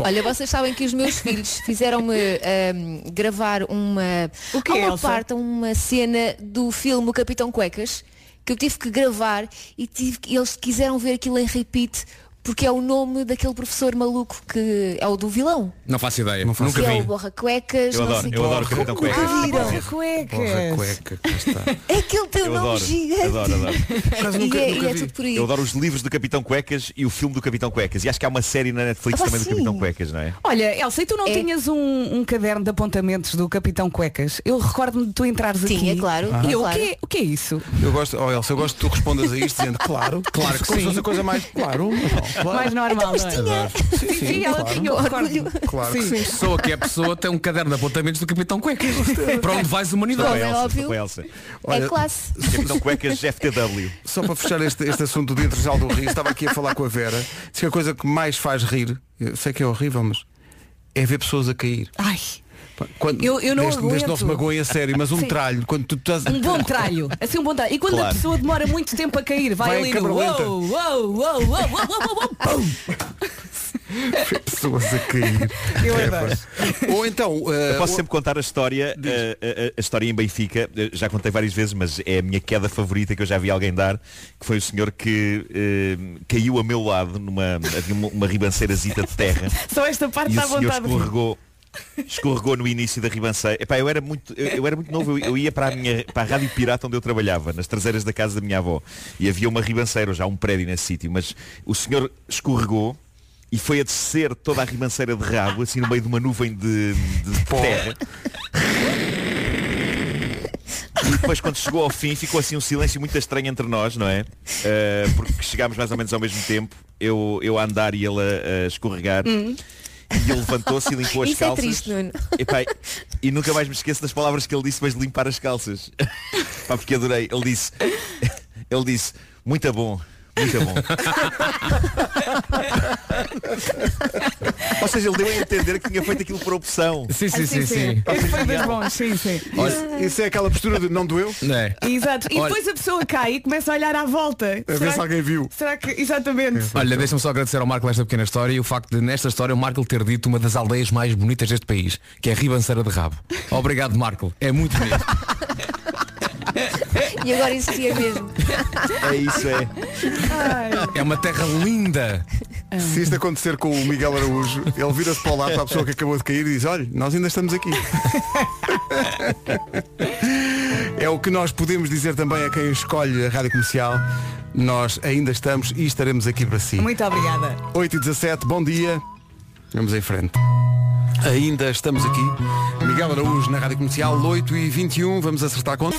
Speaker 5: Olha, vocês sabem que os meus filhos fizeram-me ahm, gravar uma,
Speaker 4: O quê,
Speaker 5: há uma
Speaker 4: Elsa?
Speaker 5: parte, há uma cena do filme O Capitão Cuecas, que eu tive que gravar e tive que- eles quiseram ver aquilo em repeat porque é o nome daquele professor maluco que é o do vilão.
Speaker 6: Não faço ideia.
Speaker 1: Não faço
Speaker 5: que
Speaker 6: Nunca
Speaker 5: é
Speaker 6: vi.
Speaker 5: o Borra Cuecas,
Speaker 8: Eu
Speaker 5: não
Speaker 8: adoro,
Speaker 5: sei
Speaker 8: eu
Speaker 5: quê.
Speaker 8: adoro o Capitão
Speaker 5: Nunca
Speaker 8: Cuecas.
Speaker 4: Ah,
Speaker 5: viram.
Speaker 4: Porra,
Speaker 1: Porra,
Speaker 4: cuecas.
Speaker 1: cueca, cá está.
Speaker 5: É aquele teu
Speaker 8: Eu
Speaker 5: nome
Speaker 8: adoro,
Speaker 5: gigante.
Speaker 8: adoro, adoro.
Speaker 1: Por acaso
Speaker 5: E
Speaker 1: nunca-
Speaker 5: é,
Speaker 1: nunca
Speaker 5: e é
Speaker 1: vi.
Speaker 5: tudo por aí.
Speaker 8: Eu adoro os livros do Capitão Cuecas e o filme do Capitão Cuecas. E acho que há uma série na Netflix
Speaker 5: Ah,
Speaker 8: também
Speaker 5: sim.
Speaker 8: do Capitão Cuecas, não é?
Speaker 4: Olha, Elsa, e tu não
Speaker 5: É.
Speaker 4: tinhas um, um caderno de apontamentos do Capitão Cuecas? Eu recordo-me de tu entrares
Speaker 5: Tinha,
Speaker 4: aqui.
Speaker 5: claro,
Speaker 4: E eu,
Speaker 5: claro.
Speaker 4: O, que é, o que é isso?
Speaker 1: Eu gosto, oh Elsa, eu gosto que tu respondas a isto dizendo claro, claro
Speaker 6: que
Speaker 1: como
Speaker 6: sim.
Speaker 1: se fosse a coisa mais claro, mas não, claro.
Speaker 4: Mais normal.
Speaker 5: Então, Mas
Speaker 4: não é?
Speaker 5: tinha.
Speaker 4: Sim, sim, ela tinha, eu recordo.
Speaker 1: Claro que sim.
Speaker 6: Pessoa que é pessoa tem um caderno de apontamentos do Capitão Cuecas. Para onde vais
Speaker 5: Como
Speaker 6: humanidade?
Speaker 5: é
Speaker 8: Elsa,
Speaker 5: óbvio.
Speaker 8: com a Elsa.
Speaker 1: Olha,
Speaker 5: É classe.
Speaker 8: Capitão
Speaker 6: é
Speaker 8: Cuecas FTW.
Speaker 1: Só para fechar este, este assunto do Dia Internacional do Riso, estava aqui a falar com a Vera. Diz que a coisa que mais faz rir, eu sei que é horrível, mas é ver pessoas a cair.
Speaker 4: Ai,
Speaker 1: Pá, Quando,
Speaker 4: Eu- eu não
Speaker 1: desde, desde não se
Speaker 4: aguento.
Speaker 1: magoem a sério, mas um
Speaker 4: Sim.
Speaker 1: tralho, quando tu estás.
Speaker 4: um bom tralho. Assim um bom tralho. E quando a
Speaker 8: Claro.
Speaker 4: pessoa demora muito tempo a cair, vai,
Speaker 1: Vai em
Speaker 4: ali
Speaker 1: câmara
Speaker 4: no
Speaker 1: lenta.
Speaker 4: uou, uou, uou, uou, uou, uou, uou, pum.
Speaker 1: Ver pessoas a cair.
Speaker 4: Eu
Speaker 1: É,
Speaker 4: adoro.
Speaker 1: pá. Ou então. eh,
Speaker 8: Eu posso sempre contar a história, eh, a, a- a história em Benfica, Eh, já contei várias vezes, mas é a minha queda favorita que eu já vi alguém dar, que foi o senhor que eh, caiu a meu lado numa havia uma, uma ribanceirazita de terra
Speaker 4: Só esta parte
Speaker 8: e
Speaker 4: está à
Speaker 8: o senhor
Speaker 4: vontade.
Speaker 8: escorregou. Escorregou no início da ribanceira. Epá, eu era muito, eu, eu era muito novo, eu, eu ia para a, minha, para a Rádio Pirata onde eu trabalhava, nas traseiras da casa da minha avó. E havia uma ribanceira, ou já um prédio nesse sítio, mas o senhor escorregou e foi a descer toda a ribanceira de rabo, assim no meio de uma nuvem de, de terra. E depois quando chegou ao fim ficou assim um silêncio muito estranho entre nós, não é? Uh, porque chegámos mais ou menos ao mesmo tempo, eu, eu a andar e ele a, a escorregar. E ele levantou-se e limpou as
Speaker 5: Hum. Isso é
Speaker 8: calças.
Speaker 5: triste, Nuno.
Speaker 8: Epá, e nunca mais me esqueço das palavras que ele disse depois de limpar as calças. Pá, porque adorei. Ele disse, ele disse, muito bom, muito bom. Ou seja, ele deu a entender que tinha feito aquilo por opção.
Speaker 6: Sim,
Speaker 4: Ah,
Speaker 6: sim, sim, sim.
Speaker 4: Este é foi das bons, sim, sim.
Speaker 1: Olha, isso é aquela postura de não doeu?
Speaker 6: É.
Speaker 4: Exato. E
Speaker 6: Olha-
Speaker 4: depois a pessoa cai e começa a olhar à volta.
Speaker 1: A ver se alguém viu.
Speaker 4: Será que. Exatamente.
Speaker 6: Olha, deixa-me só agradecer ao Marco esta pequena história e o facto de nesta história o Marco lhe ter dito uma das aldeias mais bonitas deste país, que é Ribanceira de Rabo. Obrigado, Marco. É muito bonito.
Speaker 5: E agora existia mesmo.
Speaker 8: É isso, é.
Speaker 6: É uma terra linda.
Speaker 1: Se isto acontecer com o Miguel Araújo, ele vira-se para o lado para a pessoa que acabou de cair e diz, olha, nós ainda estamos aqui. é o que nós podemos dizer também a quem escolhe a Rádio Comercial. Nós ainda estamos e estaremos aqui para si.
Speaker 4: Muito obrigada.
Speaker 1: 8 e 17, bom dia. Vamos em frente. Ainda estamos aqui. Miguel Araújo na Rádio Comercial, 8 e 21 vamos acertar conta.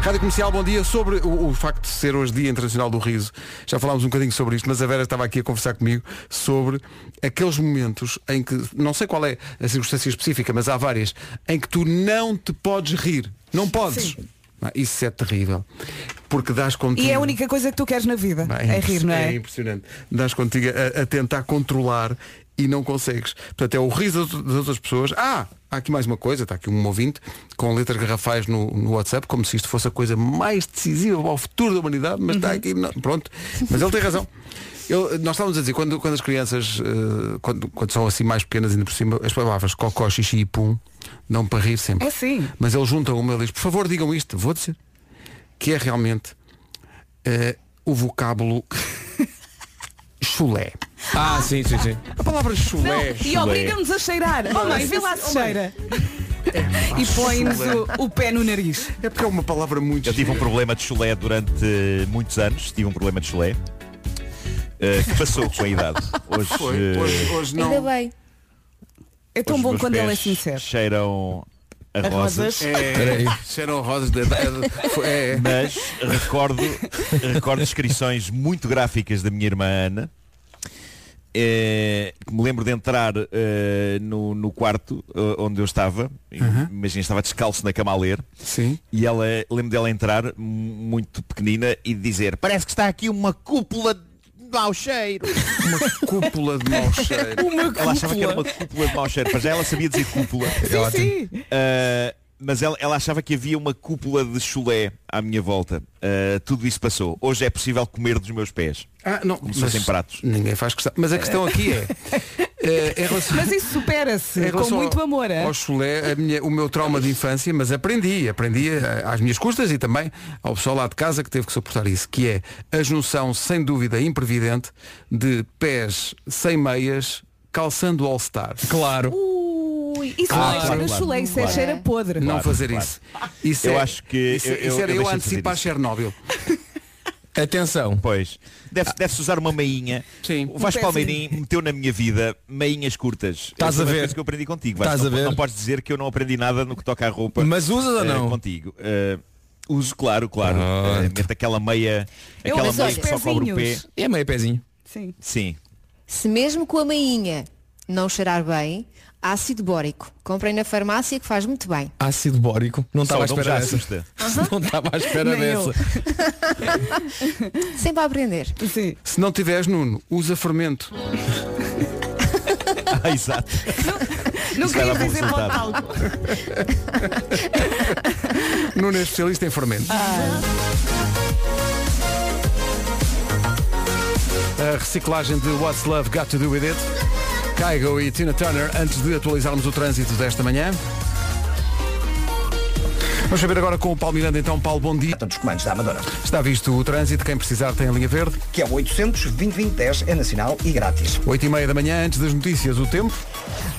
Speaker 1: Rádio Comercial, bom dia. Sobre o, o facto de ser hoje Dia Internacional do Riso, já falámos um bocadinho sobre isto, mas a Vera estava aqui a conversar comigo sobre aqueles momentos em que, não sei qual é a circunstância específica, mas há várias, em que tu não te podes rir. Não podes. Ah, Isso é terrível. Porque dás contigo.
Speaker 4: E é a única coisa que tu queres na vida.
Speaker 1: Pá,
Speaker 4: é
Speaker 1: impressi-
Speaker 4: rir, não é?
Speaker 1: impressionante. Dás contigo a, a tentar controlar e não consegues. Portanto, é o riso das- das outras pessoas. Ah, há aqui mais uma coisa, está aqui um ouvinte com letras garrafais no, no WhatsApp, como se isto fosse a coisa mais decisiva ao futuro da humanidade, mas
Speaker 4: Uhum.
Speaker 1: está aqui. não- pronto. Mas ele tem razão. Eu- nós estávamos a dizer, quando, quando as crianças, eh, quando, quando são assim mais pequenas ainda por cima, as palavras cocó, xixi e pum, dão para rir sempre.
Speaker 4: É sim.
Speaker 1: Mas eles juntam uma e diz, por favor digam isto, vou dizer, que é realmente eh, o vocábulo chulé.
Speaker 6: Ah, sim, sim, sim.
Speaker 1: A palavra
Speaker 4: Não,
Speaker 1: chulé.
Speaker 4: e
Speaker 8: é.
Speaker 4: obriga-nos a cheirar. Oh mãe, vê lá se cheira.
Speaker 8: É
Speaker 4: E põe-nos o, o pé no nariz.
Speaker 1: É porque é uma palavra muito.
Speaker 8: Eu tive um
Speaker 1: gira.
Speaker 8: problema de chulé durante eh, muitos anos. Tive um problema de chulé. eh, que passou com a idade. Hoje,
Speaker 1: Foi,
Speaker 8: eh,
Speaker 1: hoje, hoje
Speaker 5: Ainda
Speaker 1: não.
Speaker 5: bem.
Speaker 4: É tão
Speaker 8: os
Speaker 4: bom
Speaker 8: meus
Speaker 4: quando ele é
Speaker 8: pés
Speaker 4: sincero.
Speaker 8: Cheiram a, rosas.
Speaker 1: É, cheiram rosas de, de- é, é.
Speaker 8: Mas recordo, recordo descrições muito gráficas da minha irmã Ana. eh, que me lembro de entrar eh, no, no quarto eh, onde eu estava, imagina, estava descalço na cama a ler,
Speaker 1: Sim.
Speaker 8: e ela, lembro dela entrar mu- muito pequenina e dizer, parece que está aqui uma cúpula de mau cheiro.
Speaker 1: Uma cúpula de mau cheiro.
Speaker 8: Ela achava que era uma cúpula de mau cheiro, para já ela sabia dizer cúpula.
Speaker 4: Sim, sim.
Speaker 8: Uh, mas ela, ela achava que havia uma cúpula de chulé à minha volta. Uh, tudo isso passou. Hoje é possível comer dos meus pés.
Speaker 1: Ah, não,
Speaker 8: Como se fossem pratos.
Speaker 1: Ninguém faz questão. Mas a questão aqui é. eh, em relação-
Speaker 4: Mas isso
Speaker 1: Em
Speaker 4: supera-se com
Speaker 1: relação
Speaker 4: muito
Speaker 1: ao-
Speaker 4: amor. é?
Speaker 1: Ao chulé, a minha- o meu trauma de infância, mas aprendi, aprendi eh, às minhas custas e também ao pessoal lá de casa que teve que suportar isso, que é a junção, sem dúvida, imprevidente de pés sem meias calçando All-Star.
Speaker 6: Claro.
Speaker 4: Ui,
Speaker 8: Ah,
Speaker 4: isso
Speaker 1: Claro,
Speaker 4: não é cheiro
Speaker 1: claro,
Speaker 4: a chulé, isso é
Speaker 5: claro.
Speaker 4: cheiro a podre.
Speaker 1: Não
Speaker 8: Claro,
Speaker 1: fazer
Speaker 8: claro.
Speaker 1: isso. Isso
Speaker 8: Eu
Speaker 1: é-
Speaker 8: acho que
Speaker 1: Isso,
Speaker 8: eu-
Speaker 1: isso
Speaker 8: eu-
Speaker 1: era
Speaker 8: eu
Speaker 1: eu,
Speaker 8: deixei de
Speaker 1: antecipar
Speaker 8: fazer
Speaker 1: Chernobyl.
Speaker 6: Atenção.
Speaker 8: Pois. Deve- Deve-se usar uma meinha.
Speaker 1: Sim.
Speaker 8: O Vasco
Speaker 4: Um pezinho.
Speaker 8: Palmeirim meteu na minha vida meinhas curtas.
Speaker 6: Estás
Speaker 8: Foi
Speaker 6: a
Speaker 8: uma
Speaker 6: ver.
Speaker 8: coisa que eu aprendi contigo. Vasco.
Speaker 6: Estás a
Speaker 8: não,
Speaker 6: ver.
Speaker 8: não podes dizer que eu não aprendi nada no que toca à roupa.
Speaker 6: Mas usas ou
Speaker 8: eh,
Speaker 6: não? Ah.
Speaker 8: contigo. Eh, uso, claro, claro.
Speaker 6: Pronto.
Speaker 8: Eh, mete aquela meia,
Speaker 4: Eu
Speaker 8: aquela
Speaker 4: uso
Speaker 8: meia
Speaker 4: os
Speaker 8: que só cobre o pé.
Speaker 4: pezinhos.
Speaker 6: É meio pezinho.
Speaker 4: Sim.
Speaker 8: Sim.
Speaker 5: Se mesmo com a mainha não cheirar bem, ácido bórico. Comprei na farmácia que faz muito bem.
Speaker 6: Ácido bórico. Não
Speaker 8: Só
Speaker 6: estava à
Speaker 8: não já
Speaker 6: espera dessa.
Speaker 8: assusta.
Speaker 6: Não estava à espera
Speaker 4: Nem eu.
Speaker 6: dessa.
Speaker 5: Sempre a aprender.
Speaker 4: Sim.
Speaker 1: Se não tiveres, Nuno, usa fermento.
Speaker 8: Ah, exato.
Speaker 4: Não
Speaker 8: vai dar
Speaker 4: queria
Speaker 8: bom
Speaker 4: dizer
Speaker 8: resultado.
Speaker 4: vontade.
Speaker 1: Nuno é especialista em fermento. A reciclagem de What's Love Got to Do With It. Kygo e Tina Turner, antes de atualizarmos o trânsito desta manhã. Vamos saber agora com o Paulo Miranda, então. Paulo, bom dia.
Speaker 3: Portanto, os comandos da Amadora.
Speaker 1: Está visto o trânsito, quem precisar tem a linha verde.
Speaker 3: Que é o 800 2010 é nacional e grátis.
Speaker 1: 8 e meia da manhã, antes das notícias, o tempo.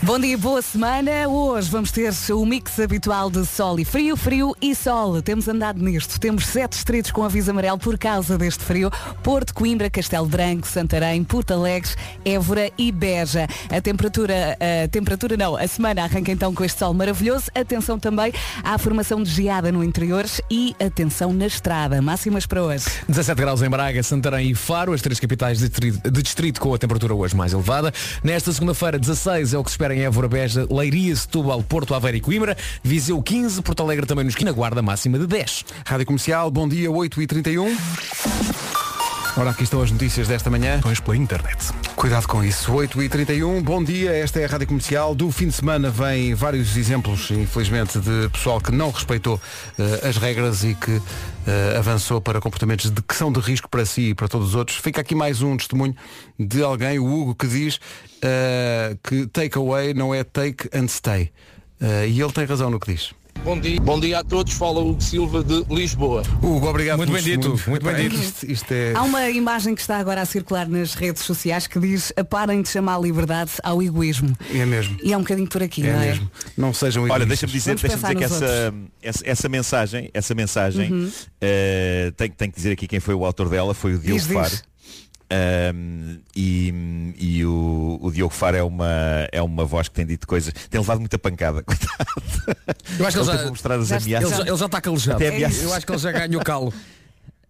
Speaker 4: Bom dia, boa semana. Hoje vamos ter o mix habitual de sol e frio, frio e sol. Temos andado nisto. Temos sete distritos com aviso amarelo por causa deste frio. Porto, Coimbra, Castelo Branco, Santarém, Porto Alegre, Évora e Beja. A temperatura, a temperatura não, a semana arranca então com este sol maravilhoso. Atenção também à formação de geada no interior e atenção na estrada. Máximas para hoje.
Speaker 6: 17 graus em Braga, Santarém e Faro, as três capitais de tri- de distrito, com a temperatura hoje mais elevada. Nesta segunda-feira, 16 é o que se espera em Évora, Beja, Leiria, Setúbal, Porto, Aveiro e Coimbra. Viseu 15, Porto Alegre também nos 15, na guarda máxima de 10.
Speaker 1: Rádio Comercial, bom dia, 8 e 31 Ora, aqui estão as notícias desta manhã.
Speaker 6: Pões pela internet.
Speaker 1: Cuidado com isso. 8 e 31 bom dia, esta é a Rádio Comercial. Do fim de semana vêm vários exemplos, infelizmente, de pessoal que não respeitou eh, as regras e que eh, avançou para comportamentos de, que são de risco para si e para todos os outros. Fica aqui mais um testemunho de alguém, o Hugo, que diz eh, que takeaway não é take and stay. Eh, e ele tem razão no que diz.
Speaker 11: Bom dia. Bom dia a todos, fala Hugo Silva de Lisboa.
Speaker 1: Hugo, obrigado
Speaker 6: Muito
Speaker 1: pelo
Speaker 6: bem dito,
Speaker 1: testemunho.
Speaker 6: muito bem
Speaker 1: Epá,
Speaker 6: dito.
Speaker 1: Isto, isto é...
Speaker 4: Há um uma imagem que está agora a circular nas redes sociais que diz parem de chamar a liberdade ao egoísmo.
Speaker 1: É mesmo.
Speaker 4: E é um bocadinho por aqui,
Speaker 1: É
Speaker 4: não é?
Speaker 1: mesmo. Não sejam
Speaker 8: Olha,
Speaker 1: egoístas.
Speaker 8: deixa-me dizer,
Speaker 4: Vamos
Speaker 8: deixa dizer que
Speaker 4: pensar nos Uhum.
Speaker 8: essa, essa, essa mensagem, essa mensagem, eh, tenho, tenho que dizer aqui quem foi o autor dela, foi o Diogo
Speaker 4: Diz, diz.
Speaker 8: Faro. Eh, Ahm, e e o, o Diogo Faro é uma, é uma voz que tem dito coisas. Tem levado muita pancada, coitado.
Speaker 6: Eu acho que ele já-
Speaker 8: teve mostrar as
Speaker 6: já-
Speaker 8: ameaças.
Speaker 6: ele já- ele já está calejado.
Speaker 8: Até
Speaker 6: É
Speaker 8: ameaças.
Speaker 6: isso. Eu acho que ele já ganhou calo.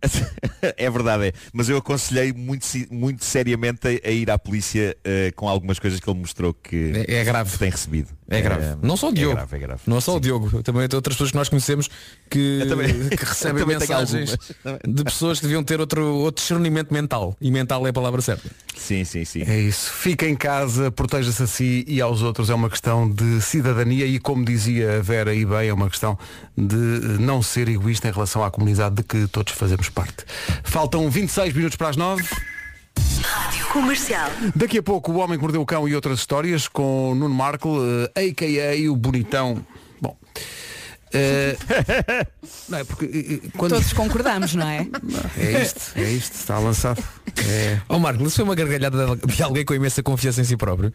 Speaker 8: é verdade, é. Mas eu aconselhei muito, si- muito seriamente a, a ir à polícia eh, com algumas coisas que ele mostrou que,
Speaker 6: é, grave.
Speaker 8: tem recebido.
Speaker 6: É grave.
Speaker 8: Eh,
Speaker 6: não só o Diogo.
Speaker 8: É grave, é grave.
Speaker 6: Não é só o Diogo. Também tem outras pessoas que nós conhecemos que,
Speaker 8: Eu também-
Speaker 6: que recebem
Speaker 8: eu também tenho
Speaker 6: mensagens de pessoas que deviam ter outro, outro discernimento mental. E mental é a palavra certa.
Speaker 8: Sim, sim, sim.
Speaker 1: É isso. Fica em casa, proteja-se a si e aos outros. É uma questão de cidadania e, como dizia a Vera e bem, é uma questão de eh, não ser egoísta em relação à comunidade de que todos fazemos parte. Faltam 26 minutos para as 9.
Speaker 2: Comercial.
Speaker 1: Daqui a pouco, O Homem que Mordeu o Cão e outras histórias com Nuno Marco, eh, a.k.a. o Bonitão. Bom. eh, não é porque eh, eh, quando...
Speaker 4: Todos concordamos, não é?
Speaker 1: É isto, é isto, está lançado. É.
Speaker 6: Ó Marco, Oh, isso foi uma gargalhada de de alguém com imensa confiança em si próprio.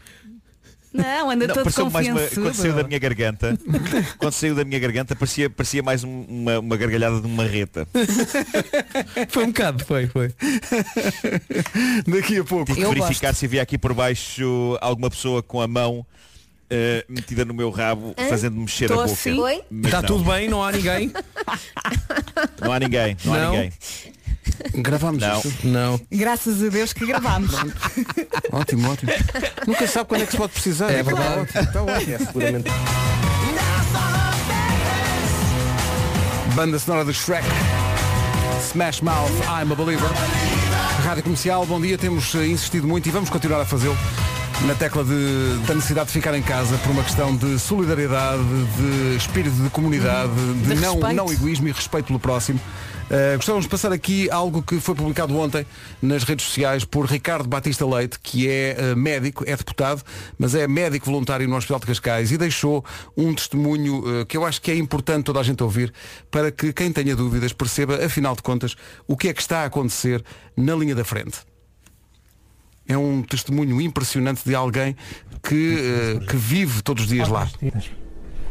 Speaker 4: Não, anda
Speaker 8: Não,
Speaker 4: todo
Speaker 8: pareceu mais uma,
Speaker 4: confiançudo.
Speaker 8: quando saiu da minha garganta, quando saiu da minha garganta, parecia, parecia mais um- uma, uma gargalhada de uma reta.
Speaker 6: Foi um bocado, foi, foi.
Speaker 1: Daqui a pouco.
Speaker 8: Tive que
Speaker 4: Eu
Speaker 8: verificar se havia aqui por baixo alguma pessoa com a mão eh, metida no meu rabo, fazendo-me mexer
Speaker 4: Tô
Speaker 8: a boca.
Speaker 4: assim?
Speaker 5: Oi?
Speaker 8: Mas
Speaker 6: Está
Speaker 8: não,
Speaker 6: Tá tudo bem, não há ninguém?
Speaker 8: Não há ninguém, não, há
Speaker 6: Não.
Speaker 8: ninguém.
Speaker 1: Gravámos
Speaker 8: Não.
Speaker 1: isto.
Speaker 6: Não.
Speaker 4: Graças a Deus que gravámos.
Speaker 1: Ótimo, ótimo. Nunca sabe quando é que se pode precisar.
Speaker 6: É
Speaker 1: Está
Speaker 6: verdade.
Speaker 1: ótimo, está ótimo.
Speaker 6: Seguramente.
Speaker 1: Banda sonora do Shrek. Smash Mouth, I'm a Believer. Rádio Comercial, bom dia. Temos eh, insistido muito e vamos continuar a fazê-lo na tecla de, da necessidade de ficar em casa por uma questão de solidariedade, de espírito de comunidade, de,
Speaker 4: De
Speaker 1: não,
Speaker 4: respeito.
Speaker 1: não egoísmo e respeito pelo próximo. Eh, gostávamos de passar aqui algo que foi publicado ontem nas redes sociais por Ricardo Batista Leite, que é eh, médico, é deputado, mas é médico voluntário no Hospital de Cascais e deixou um testemunho eh, que eu acho que é importante toda a gente ouvir para que quem tenha dúvidas perceba, afinal de contas, o que é que está a acontecer na linha da frente. É um testemunho impressionante de alguém que, eh, que vive todos os dias lá.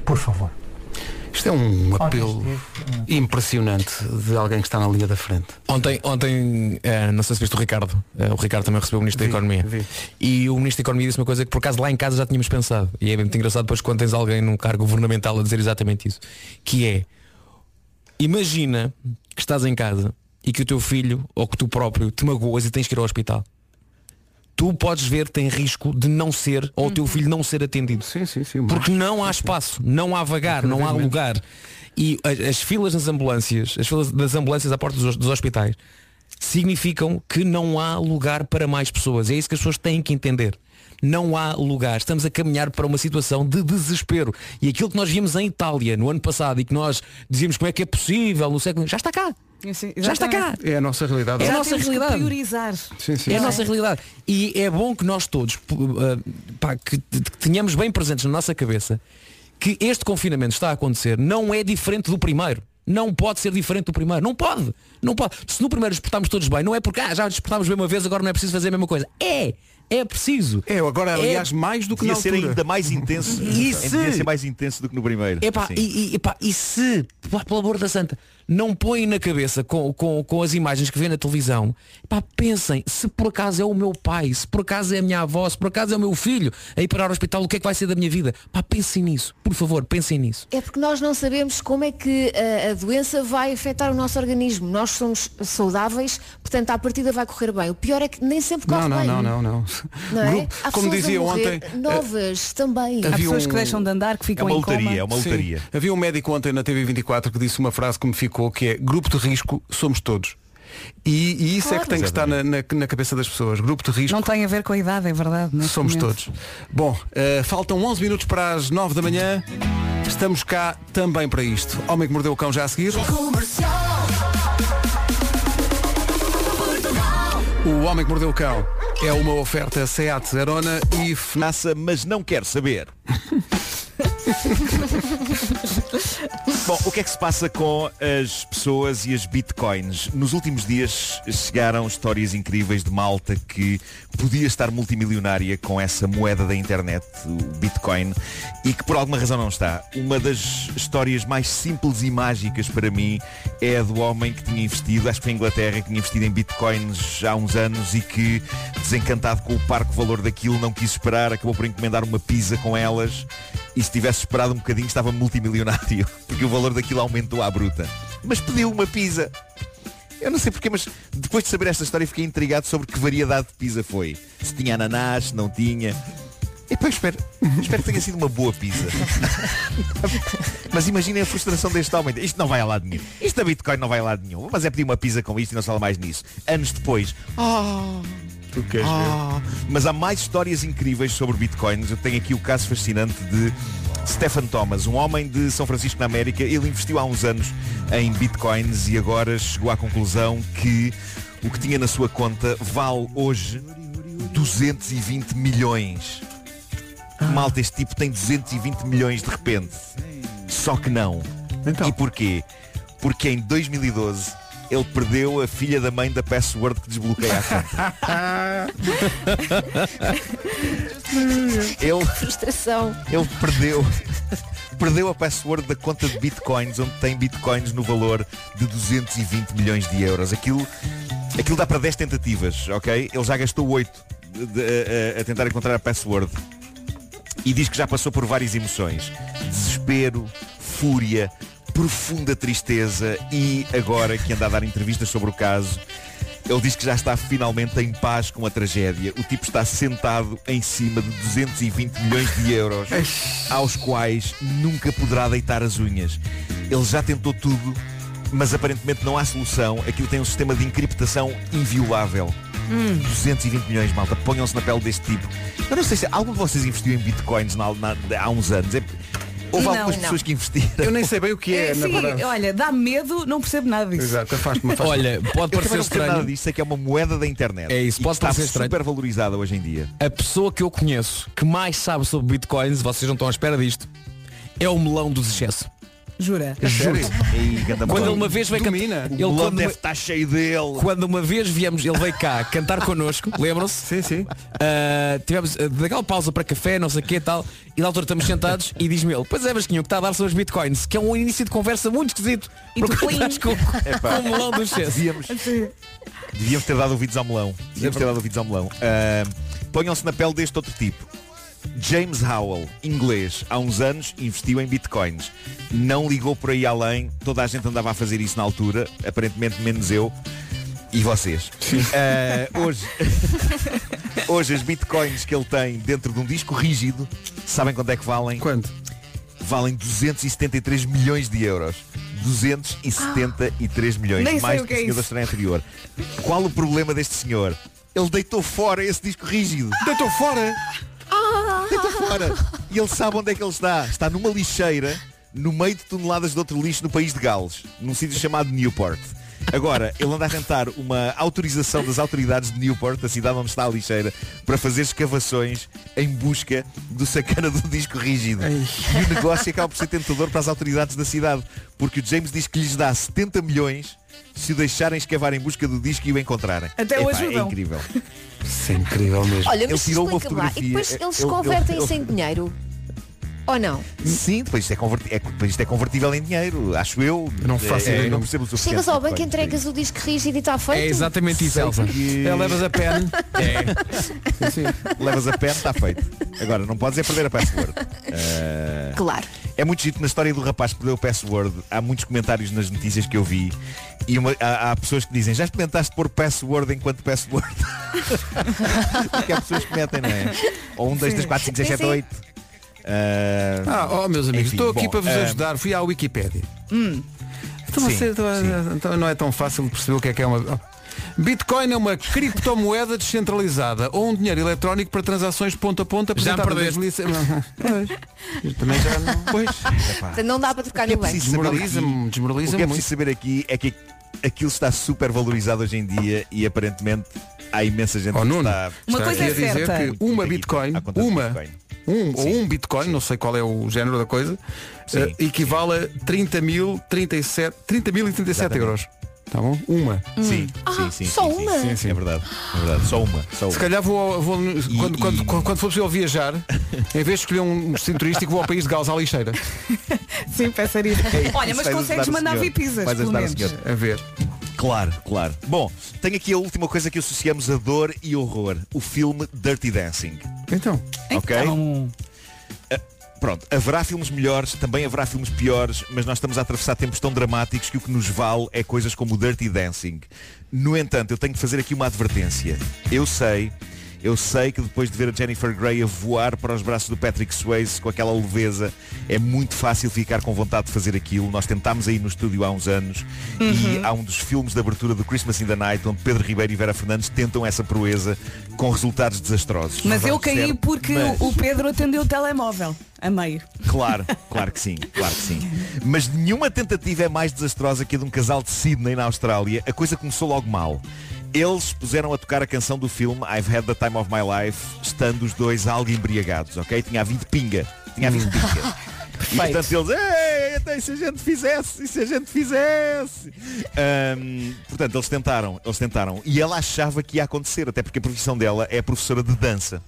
Speaker 9: Por favor. eh,
Speaker 1: Isto é um apelo impressionante de alguém que está na linha da frente.
Speaker 6: Ontem, ontem eh, não sei se viste o Ricardo, eh, o Ricardo também recebeu o Ministro
Speaker 1: Vi,
Speaker 6: da Economia.
Speaker 1: vi.
Speaker 6: E o Ministro da Economia disse uma coisa que por acaso lá em casa já tínhamos pensado. E é muito engraçado depois quando tens alguém num cargo governamental a dizer exatamente isso. Que é, imagina que estás em casa e que o teu filho ou que tu próprio te magoas e tens que ir ao hospital. Tu podes ver que tem risco de não ser ou o teu filho não ser atendido.
Speaker 1: Sim, sim, sim.
Speaker 6: Porque não há espaço, não há vagar, não há lugar. E as, as filas nas ambulâncias, as filas das ambulâncias à porta dos, dos hospitais, significam que não há lugar para mais pessoas. É isso que as pessoas têm que entender. Não há lugar. Estamos a caminhar para uma situação de desespero. E aquilo que nós vimos em Itália no ano passado e que nós dizíamos como é que é possível, no século. Já está cá. Já está cá.
Speaker 1: É a nossa realidade.
Speaker 6: É
Speaker 4: Já
Speaker 6: a nossa
Speaker 4: temos que
Speaker 6: realidade.
Speaker 4: priorizar.
Speaker 1: Sim, sim.
Speaker 6: É a nossa realidade. E é bom que nós todos p- uh, pá, que, t- que tenhamos bem presentes na nossa cabeça que este confinamento está a acontecer não é diferente do primeiro. Não pode ser diferente do primeiro. Não pode. Não pode. Se no primeiro despertámos todos bem, não é porque ah, já despertámos bem uma vez, agora não é preciso fazer a mesma coisa. É. É preciso.
Speaker 1: É, agora, aliás, mais do que na
Speaker 8: Devia ser
Speaker 1: altura.
Speaker 8: ainda mais intenso.
Speaker 6: E
Speaker 8: Devia
Speaker 6: se-
Speaker 8: ser mais intenso do que no primeiro.
Speaker 6: Epá,
Speaker 8: Sim.
Speaker 6: e, e- epá, e se, pá, pelo amor da santa, não põem na cabeça com, com, com as imagens que vêem na televisão, epá, pensem, se por acaso é o meu pai, se por acaso é a minha avó, se por acaso é o meu filho, a ir parar ao hospital, o que é que vai ser da minha vida? Pá, pensem nisso, por favor, pensem nisso.
Speaker 5: É porque nós não sabemos como é que a, a doença vai afetar o nosso organismo. Nós somos saudáveis, portanto, à partida vai correr bem. O pior é que nem sempre corre
Speaker 1: Não, não,
Speaker 5: bem.
Speaker 1: não, não, não.
Speaker 5: não é?
Speaker 1: Grupo,
Speaker 5: Há
Speaker 1: como
Speaker 5: pessoas a
Speaker 1: dizia
Speaker 5: morrer
Speaker 1: ontem, eh,
Speaker 5: Novas também.
Speaker 4: Há
Speaker 1: Havia
Speaker 4: pessoas
Speaker 1: um-
Speaker 4: que deixam de andar, que
Speaker 8: É
Speaker 4: ficam
Speaker 8: uma
Speaker 4: em coma.
Speaker 8: lotaria, é uma
Speaker 1: Sim.
Speaker 8: lotaria.
Speaker 1: Havia um médico ontem na TV24 que disse uma frase que me ficou, que é grupo de risco somos todos. E, e isso é que tem que estar na, na- na cabeça das pessoas. Grupo de risco
Speaker 4: Não tem a ver com a idade, é verdade. neste
Speaker 1: somos
Speaker 4: momento.
Speaker 1: todos. Bom, eh, faltam 11 minutos para as 9 da manhã. Estamos cá também para isto. Homem que mordeu o cão já a seguir. O Homem que Mordeu o Cão é uma oferta Seat Arona e FNAC.
Speaker 8: Nasça, mas não quer saber. Bom, o que é que se passa com as pessoas e as bitcoins? Nos últimos dias chegaram histórias incríveis de malta que podia estar multimilionária com essa moeda da internet, o bitcoin, e que por alguma razão não está. Uma das histórias mais simples e mágicas para mim é a do homem que tinha investido, acho que foi em Inglaterra, que tinha investido em bitcoins há uns anos e que, desencantado com o parco valor daquilo, não quis esperar, acabou por encomendar uma pizza com elas e se tivesse esperado um bocadinho estava multimilionário, porque o valor daquilo aumentou à bruta. Mas pediu uma pizza. Eu não sei porquê, mas depois de saber esta história fiquei intrigado sobre que variedade de pizza foi. Se tinha ananás, se não tinha. E depois espero, espero que tenha sido uma boa pizza. mas imaginem a frustração deste homem. Isto não vai a lado nenhum. Isto da Bitcoin não vai a lado nenhum. Mas é pedir uma pizza com isto e não se fala mais nisso. Anos depois. Oh,
Speaker 12: Tu queres
Speaker 8: Ah, Mas há mais histórias incríveis sobre bitcoins. Eu tenho aqui o caso fascinante de Stephen Thomas, um homem de São Francisco na América. Ele investiu há uns anos em bitcoins e agora chegou à conclusão que o que tinha na sua conta vale hoje 220 milhões. Malta, este tipo tem 220 milhões de repente. Só que não. E porquê? Porque em 2012 ele perdeu a filha da mãe da password que desbloqueia a conta. ele,
Speaker 5: Frustração.
Speaker 8: ele perdeu perdeu a password da conta de bitcoins onde tem bitcoins no valor de 220 milhões de euros aquilo aquilo dá para 10 tentativas ok ele já gastou 8 de- de- a- a- a tentar encontrar a password e diz que já passou por várias emoções desespero fúria profunda tristeza e agora que anda a dar entrevistas sobre o caso ele diz que já está finalmente em paz com a tragédia. O tipo está sentado em cima de 220 milhões de euros, aos quais nunca poderá deitar as unhas. Ele já tentou tudo, mas aparentemente não há solução. Aquilo tem um sistema de encriptação inviolável. 220 milhões, malta. Ponham-se na pele deste tipo. Eu não sei se algum de vocês investiu em bitcoins na- na- há uns anos. É- Houve
Speaker 4: Não,
Speaker 8: algumas
Speaker 4: não.
Speaker 8: pessoas que investiram.
Speaker 1: Eu nem sei bem o que
Speaker 4: É, sim, olha, dá medo, não percebo nada disso.
Speaker 1: Exato, afaste-me, afaste-me.
Speaker 6: Olha, pode
Speaker 8: Eu também
Speaker 6: parecer
Speaker 8: não percebo nada
Speaker 6: estranho.
Speaker 8: disto, é que é uma moeda da internet.
Speaker 6: É isso,
Speaker 8: e
Speaker 6: pode
Speaker 8: que está
Speaker 6: parecer estranho.
Speaker 8: super valorizada hoje em dia.
Speaker 6: A pessoa que eu conheço que mais sabe sobre bitcoins, vocês não estão à espera disto, é o melão dos excessos.
Speaker 4: Jura?
Speaker 6: Juro.
Speaker 8: Ei, ganda
Speaker 6: É Quando
Speaker 8: melão.
Speaker 6: ele uma vez veio
Speaker 1: Domina.
Speaker 6: cantar. Ele
Speaker 8: O melão
Speaker 6: quando,
Speaker 8: deve estar cheio dele.
Speaker 6: quando uma vez viemos, ele veio cá cantar connosco, lembram-se?
Speaker 1: Sim, sim.
Speaker 6: Ah, tivemos ah, daquela pausa para café, não sei o quê tal, e na altura estamos sentados e diz-me ele, pois é, Vasquinho, o que está a dar são os bitcoins, que é um início de conversa muito esquisito.
Speaker 4: E tu,
Speaker 6: porque
Speaker 4: plim.
Speaker 6: estás com, com o melão do excesso.
Speaker 8: Devíamos, devíamos ter dado ouvidos ao melão. Devíamos ter dado ouvidos ao melão. Ah, Ponham-se na pele deste outro tipo. James Howell, inglês, há uns anos investiu em bitcoins. Não ligou por aí além, toda a gente andava a fazer isso na altura, aparentemente menos eu e vocês. Ah, hoje, hoje as bitcoins que ele tem dentro de um disco rígido, sabem quanto é que valem?
Speaker 1: Quanto?
Speaker 8: valem 273 milhões de euros. 273 milhões,
Speaker 4: Nem sei
Speaker 8: mais
Speaker 4: o
Speaker 8: do que
Speaker 4: que é
Speaker 8: o senhor
Speaker 4: isso.
Speaker 8: da estranha anterior. Qual o problema deste senhor? Ele deitou fora esse disco rígido.
Speaker 1: Deitou fora!
Speaker 6: É
Speaker 8: Deitou fora. E ele sabe onde é que ele está. Está numa lixeira, no meio de toneladas de outro lixo no país de Gales, num sítio chamado Newport. Agora, ele anda a tentar uma autorização das autoridades de Newport, a cidade onde está a lixeira, para fazer escavações em busca do sacana do disco rígido. E o negócio é acaba por ser tentador um para as autoridades da cidade, porque o James diz que lhes dá 70 milhões se o deixarem escavar em busca do disco e o encontrarem.
Speaker 4: Até o
Speaker 8: Epá, É
Speaker 4: ajudam.
Speaker 8: incrível.
Speaker 1: Isso é incrível mesmo.
Speaker 5: Olha,
Speaker 8: Ele
Speaker 5: mas
Speaker 8: tirou uma
Speaker 5: explica lá. E depois
Speaker 8: fotografia,
Speaker 5: eles
Speaker 8: ele-
Speaker 5: convertem-se
Speaker 8: ele-
Speaker 5: em dinheiro. Ou não?
Speaker 8: Sim, depois isto é, converti- é- depois isto é convertível em dinheiro, acho eu.
Speaker 1: Eu não faço
Speaker 8: É,
Speaker 1: ideia.
Speaker 8: eu não percebo o suficiente.
Speaker 5: Chegas ao
Speaker 8: muito
Speaker 5: banco,
Speaker 8: bem,
Speaker 5: entregas o disco rígido e está feito.
Speaker 6: É exatamente isso,
Speaker 8: Sei
Speaker 6: Elsa.
Speaker 8: que-
Speaker 1: É, levas a pen.
Speaker 8: Levas a pena, está feito. Agora, não podes é perder a password. Eh,
Speaker 5: Claro.
Speaker 8: é muito giro que na história do rapaz que perdeu o password. Há muitos comentários nas notícias que eu vi. E uma- há, há pessoas que dizem, já experimentaste pôr password enquanto password? Porque há pessoas que metem, não é? Ou um, dois, três, quatro, cinco, seis, sete,
Speaker 5: Sim, sim.
Speaker 8: oito. Eh,
Speaker 1: Ah, oh, meus amigos,
Speaker 8: Enfim,
Speaker 1: estou aqui
Speaker 8: bom,
Speaker 1: para vos
Speaker 8: ah,
Speaker 1: ajudar. Fui à Wikipédia.
Speaker 4: Hum.
Speaker 1: Então,
Speaker 8: Sim,
Speaker 1: você- então não é tão fácil perceber o que é que é uma. Bitcoin é uma criptomoeda descentralizada ou um dinheiro eletrónico para transações ponto a ponto
Speaker 6: Já me
Speaker 1: apresentada nas
Speaker 6: perdeste.
Speaker 1: licenças. Pois. Eu Também já não. Pois.
Speaker 5: Portanto, Não dá para trocar
Speaker 8: é
Speaker 5: no banco.
Speaker 8: preciso saber
Speaker 1: Desmoraliza-me,
Speaker 8: aqui-
Speaker 1: desmoraliza-me
Speaker 8: O que é
Speaker 1: muito.
Speaker 8: preciso saber aqui é que aquilo está super valorizado hoje em dia e aparentemente há imensa gente
Speaker 1: Ó, Oh,
Speaker 8: que
Speaker 1: Nuno,
Speaker 8: está.
Speaker 4: Uma
Speaker 1: está
Speaker 4: coisa
Speaker 1: aqui
Speaker 4: é
Speaker 1: a dizer
Speaker 4: certa.
Speaker 1: que uma
Speaker 8: Aqui,
Speaker 1: Bitcoin,
Speaker 8: à conta de
Speaker 1: uma,
Speaker 8: Bitcoin.
Speaker 1: um ou um Bitcoin, não sei qual é o género da coisa, eh, equivale a 30 mil 37, 30 mil e 37 euros. Tá bom? Uma.
Speaker 4: Hum.
Speaker 8: Sim,
Speaker 4: Ah,
Speaker 8: sim, sim. sim, sim, Sim, sim, é verdade. É verdade. Só uma. Só
Speaker 1: Se
Speaker 8: uma.
Speaker 1: calhar vou, vou- quando, quando, quando for possível viajar, em vez de escolher um destino turístico, vou ao país de Gales à lixeira.
Speaker 4: Sim, pensaria.
Speaker 8: É
Speaker 4: Olha, mas
Speaker 8: Vais
Speaker 4: consegues
Speaker 8: ajudar o
Speaker 4: mandar
Speaker 8: senhor.
Speaker 4: vir pizzas,
Speaker 8: Vais
Speaker 4: pelo
Speaker 8: ajudar o
Speaker 4: menos.
Speaker 8: senhor.
Speaker 1: A ver.
Speaker 8: Claro, claro. Bom, tenho aqui a última coisa que associamos a dor e horror. O filme Dirty Dancing.
Speaker 1: Então.
Speaker 8: Ok?
Speaker 4: tá
Speaker 8: Ah, Pronto, haverá filmes melhores, também haverá filmes piores, mas nós estamos a atravessar tempos tão dramáticos que o que nos vale é coisas como o Dirty Dancing. No entanto, eu tenho de fazer aqui uma advertência. Eu sei, eu sei que depois de ver a Jennifer Grey a voar para os braços do Patrick Swayze com aquela leveza, é muito fácil ficar com vontade de fazer aquilo. Nós tentámos aí no estúdio há uns anos
Speaker 4: Uhum.
Speaker 8: e há um dos filmes de abertura do Christmas in the Night onde Pedro Ribeiro e Vera Fernandes tentam essa proeza com resultados desastrosos.
Speaker 4: Mas eu
Speaker 8: Pronto,
Speaker 4: caí
Speaker 8: certo,
Speaker 4: porque
Speaker 8: mas-
Speaker 4: o Pedro atendeu o telemóvel a meio.
Speaker 8: Claro, claro que sim, claro que sim. Mas nenhuma tentativa é mais desastrosa que a de um casal de Sydney na Austrália. A coisa começou logo mal. Eles puseram a tocar a canção do filme I've Had the Time of My Life, estando os dois algo embriagados, ok? Tinha havido pinga. Tinha havido pinga. E portanto eles, "Ei, então e se a gente fizesse, e se a gente fizesse. Ahm, portanto, eles tentaram, eles tentaram. E ela achava que ia acontecer, até porque a profissão dela é professora de dança.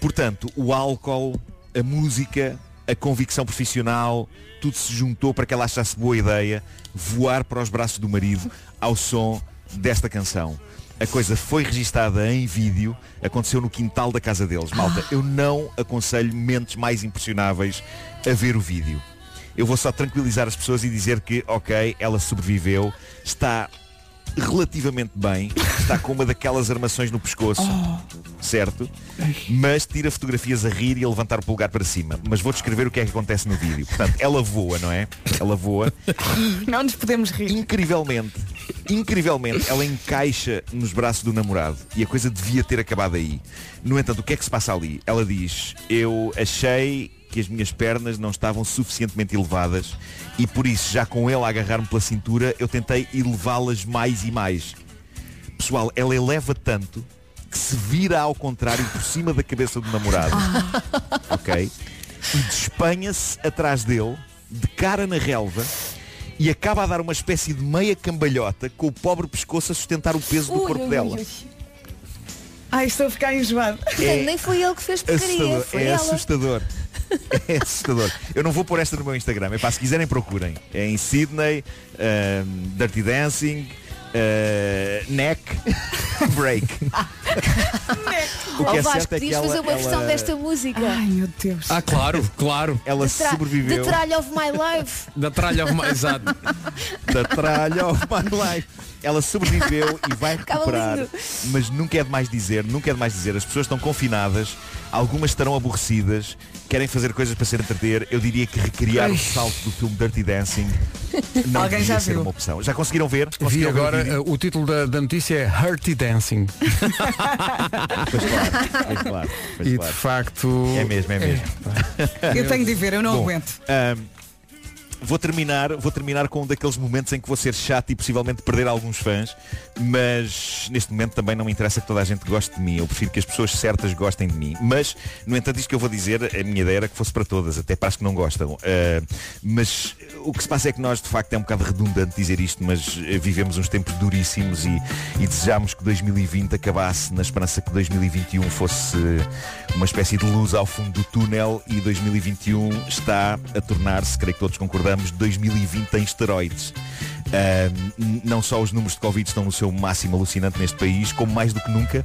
Speaker 8: Portanto, o álcool, a música, a convicção profissional, tudo se juntou para que ela achasse boa ideia voar para os braços do marido ao som desta canção. A coisa foi registada em vídeo, aconteceu no quintal da casa deles. Malta, eu não aconselho mentes mais impressionáveis a ver o vídeo. Eu vou só tranquilizar as pessoas e dizer que, ok, ela sobreviveu, está relativamente bem, está com uma daquelas armações no pescoço, certo? Mas tira fotografias a rir e a levantar o polegar para cima. Mas vou descrever o que é que acontece no vídeo. Portanto, ela voa, não é? Ela voa.
Speaker 4: Não nos podemos rir.
Speaker 8: Incrivelmente, incrivelmente, ela encaixa nos braços do namorado e a coisa devia ter acabado aí. No entanto, o que é que se passa ali? Ela diz, eu achei que as minhas pernas não estavam suficientemente elevadas e por isso, já com ele a agarrar-me pela cintura, eu tentei elevá-las mais e mais. Pessoal, ela eleva tanto que se vira ao contrário por cima da cabeça do namorado. ok? E despenha-se atrás dele, de cara na relva, e acaba a dar uma espécie de meia cambalhota com o pobre pescoço a sustentar o peso do corpo dela.
Speaker 4: Ai, estou a ficar enjoado.
Speaker 8: É
Speaker 5: Nem foi ele que fez porcaria,
Speaker 8: assustador.
Speaker 5: foi
Speaker 8: É
Speaker 5: ela.
Speaker 8: assustador. É assustador. Eu não vou pôr esta no meu Instagram. É para se quiserem procurem. É em Sydney, ahm, Dirty Dancing, ah, Neck, Break. o
Speaker 5: Oh,
Speaker 8: que é
Speaker 5: Vasco,
Speaker 8: certo é que
Speaker 5: podias
Speaker 8: ela,
Speaker 5: fazer uma versão
Speaker 8: ela-
Speaker 5: desta música.
Speaker 4: Ai, meu Deus.
Speaker 6: Ah, claro, claro.
Speaker 8: ela
Speaker 5: The tra-
Speaker 8: sobreviveu.
Speaker 5: The Tralha of My Life.
Speaker 6: Da tralha ao mais exato.
Speaker 8: da tralha of my life. Ela sobreviveu e vai
Speaker 5: Ficava
Speaker 8: recuperar,
Speaker 5: lindo.
Speaker 8: mas nunca é demais dizer, nunca é demais dizer. As pessoas estão confinadas, algumas estarão aborrecidas, querem fazer coisas para se entreter. Eu diria que recriar o salto do filme Dirty Dancing não
Speaker 4: Alguém
Speaker 8: devia
Speaker 4: já
Speaker 8: ser
Speaker 4: viu.
Speaker 8: uma opção. Já conseguiram ver?
Speaker 1: Vi
Speaker 8: Conseguiram ver o
Speaker 1: agora,
Speaker 8: vídeo?
Speaker 1: eh, o título da, da notícia é Hurty Dancing.
Speaker 8: Pois claro, pois claro, pois
Speaker 1: E de
Speaker 8: claro.
Speaker 1: facto.
Speaker 8: É mesmo, é mesmo.
Speaker 4: Eu tenho de ver, eu não
Speaker 8: Bom,
Speaker 4: aguento.
Speaker 8: ahm, vou terminar, vou terminar com um daqueles momentos em que vou ser chato e possivelmente perder alguns fãs, mas neste momento também não me interessa que toda a gente goste de mim. Eu prefiro que as pessoas certas gostem de mim. Mas, no entanto, isto que eu vou dizer, a minha ideia era que fosse para todas, até para as que não gostam. Ah, mas o que se passa é que nós, de facto, é um bocado redundante dizer isto, mas eh, vivemos uns tempos duríssimos e, e desejámos que 2020 acabasse na esperança que 2021 fosse uma espécie de luz ao fundo do túnel e 2021 está a tornar-se, creio que todos concordamos, 2020 em esteroides. Ahm, não só os números de Covid estão no seu máximo alucinante neste país, como mais do que nunca,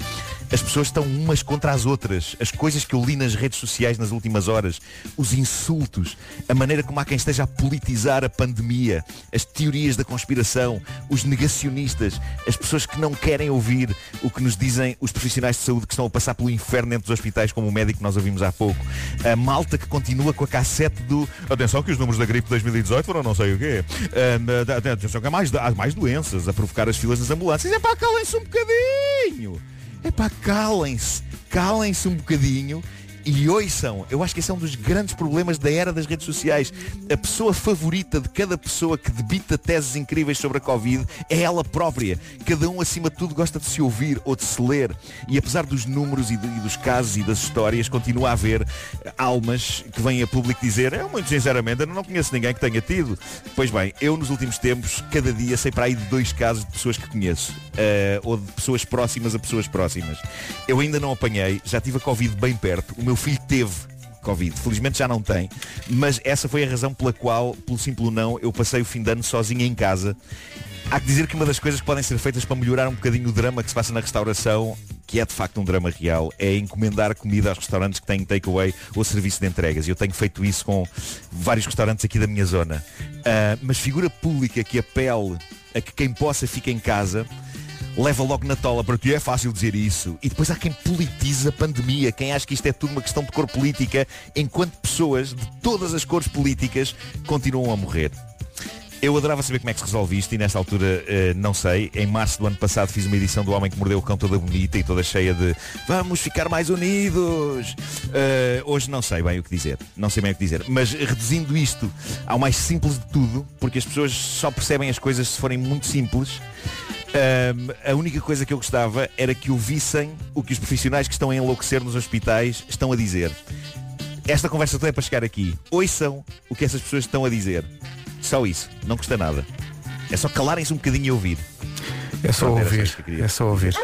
Speaker 8: as pessoas estão umas contra as outras. As coisas que eu li nas redes sociais nas últimas horas, os insultos, a maneira como há quem esteja a politizar a pandemia, as teorias da conspiração, os negacionistas, as pessoas que não querem ouvir o que nos dizem os profissionais de saúde que estão a passar pelo inferno dentro dos hospitais, como o médico que nós ouvimos há pouco, a malta que continua com a cassete do atenção que os números da gripe de 2018 foram não sei o quê, Ahm, ah, da- da- atenção que há mais, há mais doenças a provocar as filas nas ambulâncias, é pá, calem-se um bocadinho, é pá, calem-se, calem-se um bocadinho e ouçam, eu acho que esse é um dos grandes problemas da era das redes sociais. A pessoa favorita de cada pessoa que debita teses incríveis sobre a Covid é ela própria. Cada um, acima de tudo, gosta de se ouvir ou de se ler. E apesar dos números e, de- e dos casos e das histórias, continua a haver almas que vêm a público dizer eu, muito sinceramente, eu não conheço ninguém que tenha tido. Pois bem, eu nos últimos tempos, cada dia, sei para aí de dois casos de pessoas que conheço. eh, ou de pessoas próximas a pessoas próximas. Eu ainda não apanhei, já tive a Covid bem perto. O meu filho teve. Covid. Felizmente já não tem, mas essa foi a razão pela qual, pelo simples não, eu passei o fim de ano sozinho em casa. Há que dizer que uma das coisas que podem ser feitas para melhorar um bocadinho o drama que se passa na restauração, que é de facto um drama real, é encomendar comida aos restaurantes que têm takeaway ou serviço de entregas. E Eu tenho feito isso com vários restaurantes aqui da minha zona. Ah, mas figura pública que apele a que quem possa fique em casa, leva logo na tola, porque é fácil dizer isso. E depois há quem politiza a pandemia, quem acha que isto é tudo uma questão de cor política, enquanto pessoas de todas as cores políticas continuam a morrer. Eu adorava saber como é que se resolve isto e nesta altura eh, não sei. Em março do ano passado fiz uma edição do Homem que Mordeu o Cão toda bonita e toda cheia de vamos ficar mais unidos. Eh, hoje não sei bem o que dizer. Não sei bem o que dizer. Mas reduzindo isto ao mais simples de tudo, porque as pessoas só percebem as coisas se forem muito simples, Ahm, a única coisa que eu gostava era que ouvissem o que os profissionais que estão a enlouquecer nos hospitais estão a dizer. Esta conversa toda é para chegar aqui. Ouçam o que essas pessoas estão a dizer. Só isso. Não custa nada. É só calarem-se um bocadinho e ouvir.
Speaker 1: É só
Speaker 8: Pronto, era
Speaker 1: ouvir.
Speaker 8: isto que eu queria.
Speaker 1: É só ouvir.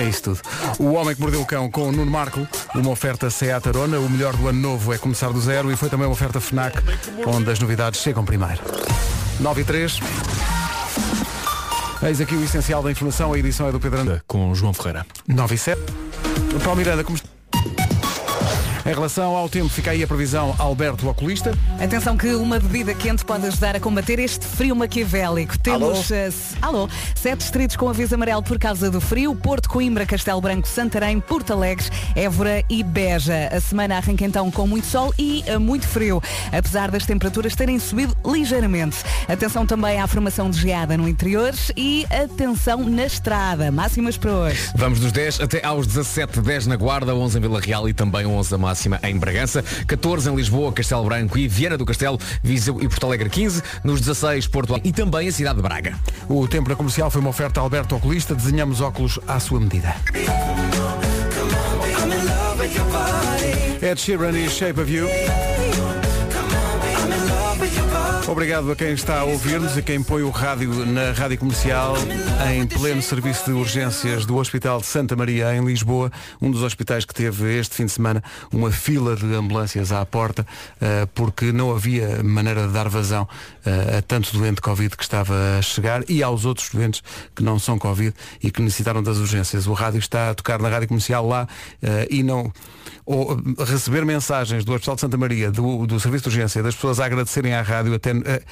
Speaker 1: É isso tudo. O Homem que Mordeu o Cão com o Nuno Marco, uma oferta Seat Arona. O melhor do ano novo é começar do zero e foi também uma oferta FNAC, onde as novidades chegam primeiro. 9 e 3. Eis aqui o essencial da informação. A edição é do Pedro André.
Speaker 12: Com João Ferreira.
Speaker 1: 9 e 7. Paulo Miranda, como está? Em relação ao tempo, fica aí a previsão Alberto Oculista.
Speaker 4: Atenção que uma bebida quente pode ajudar a combater este frio maquiavélico. Temos eh, se- alô, sete distritos com aviso amarelo por causa do frio, Porto, Coimbra, Castelo Branco, Santarém, Porto Alegre, Évora e Beja. A semana arranca então com muito sol e eh, muito frio, apesar das temperaturas terem subido ligeiramente. Atenção também à formação de geada no interior e atenção na estrada. Máximas para hoje.
Speaker 6: Vamos dos 10 até aos 17, 10 na Guarda, 11 em Vila Real e também 11 a máxima em Bragança, 14 em Lisboa, Castelo Branco e Viana do Castelo, Viseu e Porto Alegre 15, nos 16 Porto Alegre e também a cidade de Braga.
Speaker 1: O tempo na comercial foi uma oferta a Alberto Oculista. Desenhamos óculos à sua medida. Ed Sheeran e Shape of You. Obrigado a quem está a ouvir-nos e quem põe o rádio na rádio comercial em pleno serviço de urgências do Hospital de Santa Maria, em Lisboa, um dos hospitais que teve este fim de semana uma fila de ambulâncias à porta, eh, porque não havia maneira de dar vazão eh, a tanto doente Covid que estava a chegar e aos outros doentes que não são Covid e que necessitaram das urgências. O rádio está a tocar na rádio comercial lá eh, e não ou eh, receber mensagens do Hospital de Santa Maria, do, do Serviço de Urgência, das pessoas a agradecerem à rádio até, eh,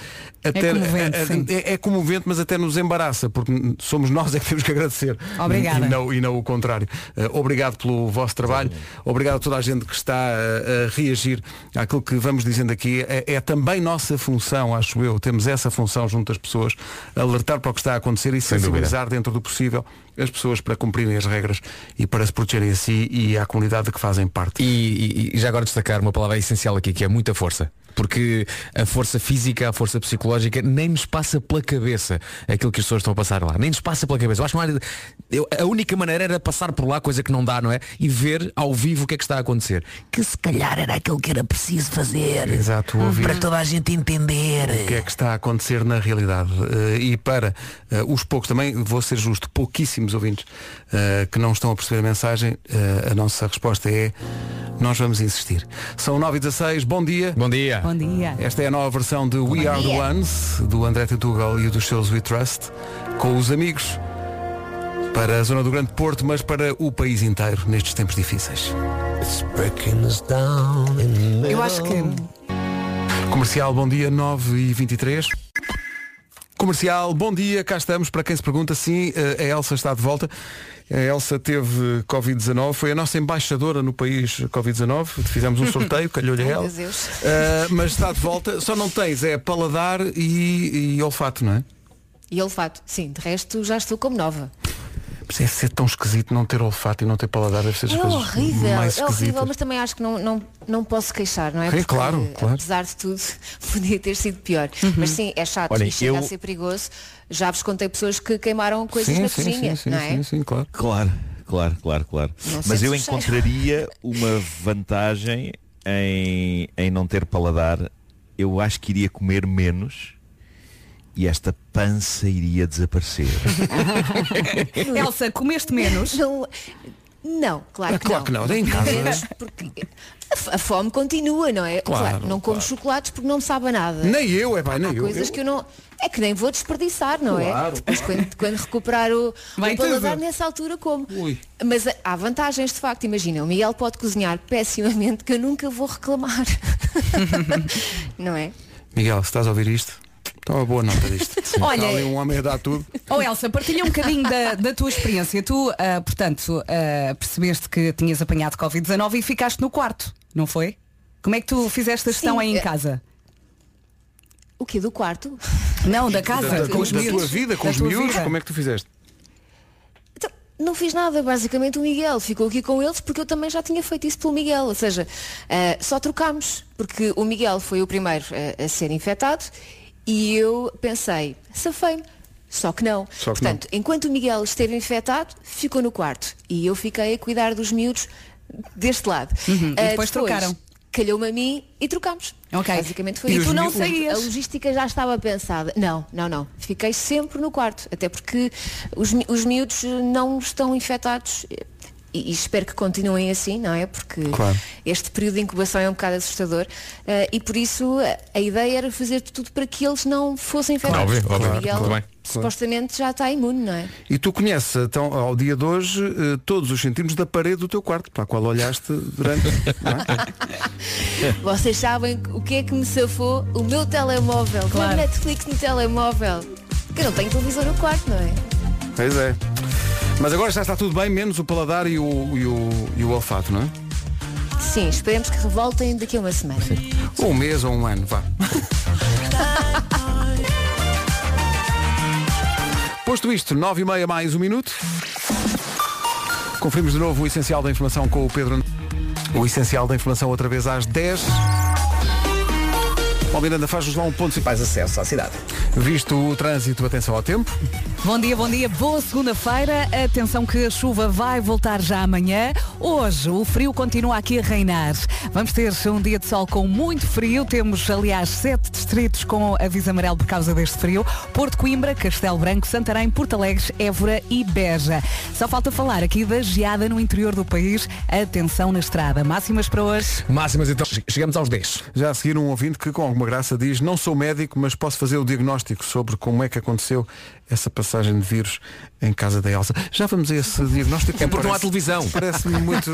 Speaker 1: até-
Speaker 4: comovente,
Speaker 1: eh, eh,
Speaker 4: sim.
Speaker 1: é, é comovente, mas até nos embaraça, porque hum, somos nós é que temos que agradecer.
Speaker 4: Obrigada.
Speaker 1: E não, e não o contrário. Eh, obrigado pelo vosso trabalho. Obrigado a toda a gente que está eh, a reagir àquilo que vamos dizendo aqui. É, é também nossa função, acho eu, temos essa função junto às pessoas, alertar para o que está a acontecer e sensibilizar dentro do possível as pessoas para cumprirem as regras e para se protegerem a si e à comunidade de que fazem parte.
Speaker 6: E, e- e já agora destacar uma palavra essencial aqui, que é muita força. Porque a força física, a força psicológica, nem nos passa pela cabeça aquilo que as pessoas estão a passar lá. Nem nos passa pela cabeça. Eu acho que não há- eu- a única maneira era passar por lá, coisa que não dá, não é? E ver ao vivo o que é que está a acontecer. Que se calhar era aquilo que era preciso fazer.
Speaker 1: Exato, ouvir.
Speaker 6: Para toda a gente entender.
Speaker 1: o que é que está a acontecer na realidade. Eh, e para eh, os poucos também, vou ser justo, pouquíssimos ouvintes eh, que não estão a perceber a mensagem, eh, a nossa resposta é nós vamos insistir. São 9 e 16 bom dia.
Speaker 6: Bom dia.
Speaker 4: Bom dia.
Speaker 1: Esta é a nova versão de We
Speaker 4: Bom
Speaker 1: Are
Speaker 4: dia.
Speaker 1: The Ones, do André Tugal e dos seus We Trust, com os amigos, para a zona do Grande Porto, mas para o país inteiro, nestes tempos difíceis.
Speaker 4: Eu acho que
Speaker 1: Comercial, bom dia, 9 e 23 Comercial, bom dia, cá estamos. Para quem se pergunta, sim, eh, a Elsa está de volta. A Elsa teve Covid-19, foi a nossa embaixadora no país Covid-19. Fizemos um sorteio, calhou-lhe a ela.
Speaker 5: Meu Deus.
Speaker 1: Eh, mas está de volta, só não tens, é paladar e, e olfato, não é?
Speaker 5: E olfato. Sim, de resto já estou como nova.
Speaker 1: Mas é ser tão esquisito não ter olfato e não ter paladar, deve ser as
Speaker 5: É
Speaker 1: coisas
Speaker 5: horrível,
Speaker 1: mais
Speaker 5: é horrível,
Speaker 1: esquisitas.
Speaker 5: mas também acho que não, não, não posso queixar, não é?
Speaker 1: Sim, claro, claro.
Speaker 5: Apesar de tudo, podia ter sido pior. Mas sim, é chato
Speaker 8: Uhum. Olhem,
Speaker 5: e chega
Speaker 8: eu-
Speaker 5: a ser perigoso. Já vos contei pessoas que queimaram coisas
Speaker 8: Sim,
Speaker 5: na
Speaker 8: sim,
Speaker 5: cozinha,
Speaker 8: sim, sim,
Speaker 5: não é?
Speaker 8: sim,
Speaker 1: claro.
Speaker 8: Claro, claro, claro, claro.
Speaker 5: Não
Speaker 8: Mas
Speaker 5: sentes
Speaker 8: eu
Speaker 5: o cheiro.
Speaker 8: encontraria uma vantagem em, em não ter paladar. Eu acho que iria comer menos e esta pança iria desaparecer.
Speaker 4: Elsa, comeste menos?
Speaker 5: Não, não claro
Speaker 8: Ah,
Speaker 5: que
Speaker 8: claro que
Speaker 5: não.
Speaker 8: não, em casa.
Speaker 5: Menos, Porque a f- a fome continua, não é?
Speaker 1: Claro,
Speaker 5: não como chocolates porque não me sabe a nada.
Speaker 1: Nem eu, é pá, nem
Speaker 5: Há
Speaker 1: eu.
Speaker 5: coisas
Speaker 1: Eu-
Speaker 5: que eu não. É que nem vou desperdiçar, não é?
Speaker 1: Claro.
Speaker 5: Depois quando, quando recuperar o,
Speaker 1: Vai
Speaker 5: o paladar
Speaker 1: tudo.
Speaker 5: nessa altura como. Mas a- há vantagens de facto, imagina, o Miguel pode cozinhar pessimamente que eu nunca vou reclamar. não é?
Speaker 1: Miguel, se estás a ouvir isto, está uma boa nota disto.
Speaker 4: Olha-
Speaker 1: Está ali um homem a dar tudo.
Speaker 4: Oh Elsa, partilha um bocadinho da, da tua experiência. Tu, ah, portanto, ah, percebeste que tinhas apanhado Covid-19 e ficaste no quarto, não foi? Como é que tu fizeste a gestão
Speaker 5: Sim,
Speaker 4: aí em
Speaker 5: eh,
Speaker 4: casa?
Speaker 5: O quê? Do quarto?
Speaker 4: Não, da
Speaker 1: Da,
Speaker 4: casa,
Speaker 1: da-
Speaker 4: com os
Speaker 1: da
Speaker 4: miúdos.
Speaker 1: tua vida, com
Speaker 4: Da
Speaker 1: os
Speaker 4: tua
Speaker 1: miúdos,
Speaker 4: vida.
Speaker 1: como é que tu fizeste?
Speaker 5: Então, Não fiz nada, basicamente o Miguel ficou aqui com eles porque eu também já tinha feito isso pelo Miguel, ou seja, eh, só trocámos, porque o Miguel foi o primeiro eh, a ser infectado e eu pensei, safei-me, só que não.
Speaker 2: Só que
Speaker 5: Portanto, enquanto o Miguel esteve infectado, ficou no quarto e eu fiquei a cuidar dos miúdos deste lado.
Speaker 4: Uhum, e
Speaker 5: Eh,
Speaker 4: depois trocaram.
Speaker 5: Calhou-me a mim e trocámos. Basicamente foi
Speaker 4: E
Speaker 5: isso.
Speaker 4: tu não
Speaker 5: O-
Speaker 4: saías?
Speaker 5: A logística já estava pensada. Não, não, não. Fiquei sempre no quarto. Até porque os, mi- os miúdos não estão infectados. eh, E, e espero que continuem assim, não é? Porque
Speaker 2: Claro.
Speaker 5: este período de incubação é um bocado assustador. eh, e por isso eh, a ideia era fazer tudo para que eles não fossem infectados.
Speaker 1: Óbvio,
Speaker 5: Porque o
Speaker 1: óbvio,
Speaker 5: Miguel,
Speaker 1: claro.
Speaker 5: supostamente já está imune, não é?
Speaker 1: E tu conheces, então, ao dia de hoje, eh, todos os centímetros da parede do teu quarto, para a qual olhaste durante. É.
Speaker 5: Vocês sabem o que é que me safou o meu telemóvel, o
Speaker 2: Claro.
Speaker 5: meu Netflix no telemóvel. Que eu não tenho televisor no quarto, não é?
Speaker 1: Pois é. Mas agora já está tudo bem, menos o paladar e o, e o, e o olfato, não é?
Speaker 5: Sim, esperemos que revoltem daqui a uma semana.
Speaker 1: Ou um mês ou um ano, vá. Posto isto, 9 e meia mais um minuto. Conferimos de novo o essencial da informação com o Pedro. And- O essencial da informação outra vez às 10. Paulo Miranda, faz-nos lá um ponto
Speaker 3: mais acesso à cidade.
Speaker 1: Visto o trânsito, atenção ao tempo.
Speaker 4: Bom dia, bom dia, boa segunda-feira. Atenção que a chuva vai voltar já amanhã. Hoje o frio continua aqui a reinar. Vamos ter um dia de sol com muito frio. Temos, aliás, sete distritos com aviso amarelo por causa deste frio. Porto Coimbra, Castelo Branco, Santarém, Porto Alegre, Évora e Beja. Só falta falar aqui da geada no interior do país. Atenção na estrada. Máximas para hoje.
Speaker 1: Máximas então, chegamos aos 10. Já a seguir um ouvinte que com alguma graça diz, não sou médico, mas posso fazer o diagnóstico sobre como é que aconteceu essa passagem de vírus em casa da Elsa. Já vamos a esse diagnóstico.
Speaker 6: É porque não há
Speaker 1: Parece-
Speaker 6: televisão.
Speaker 1: Parece-me muito.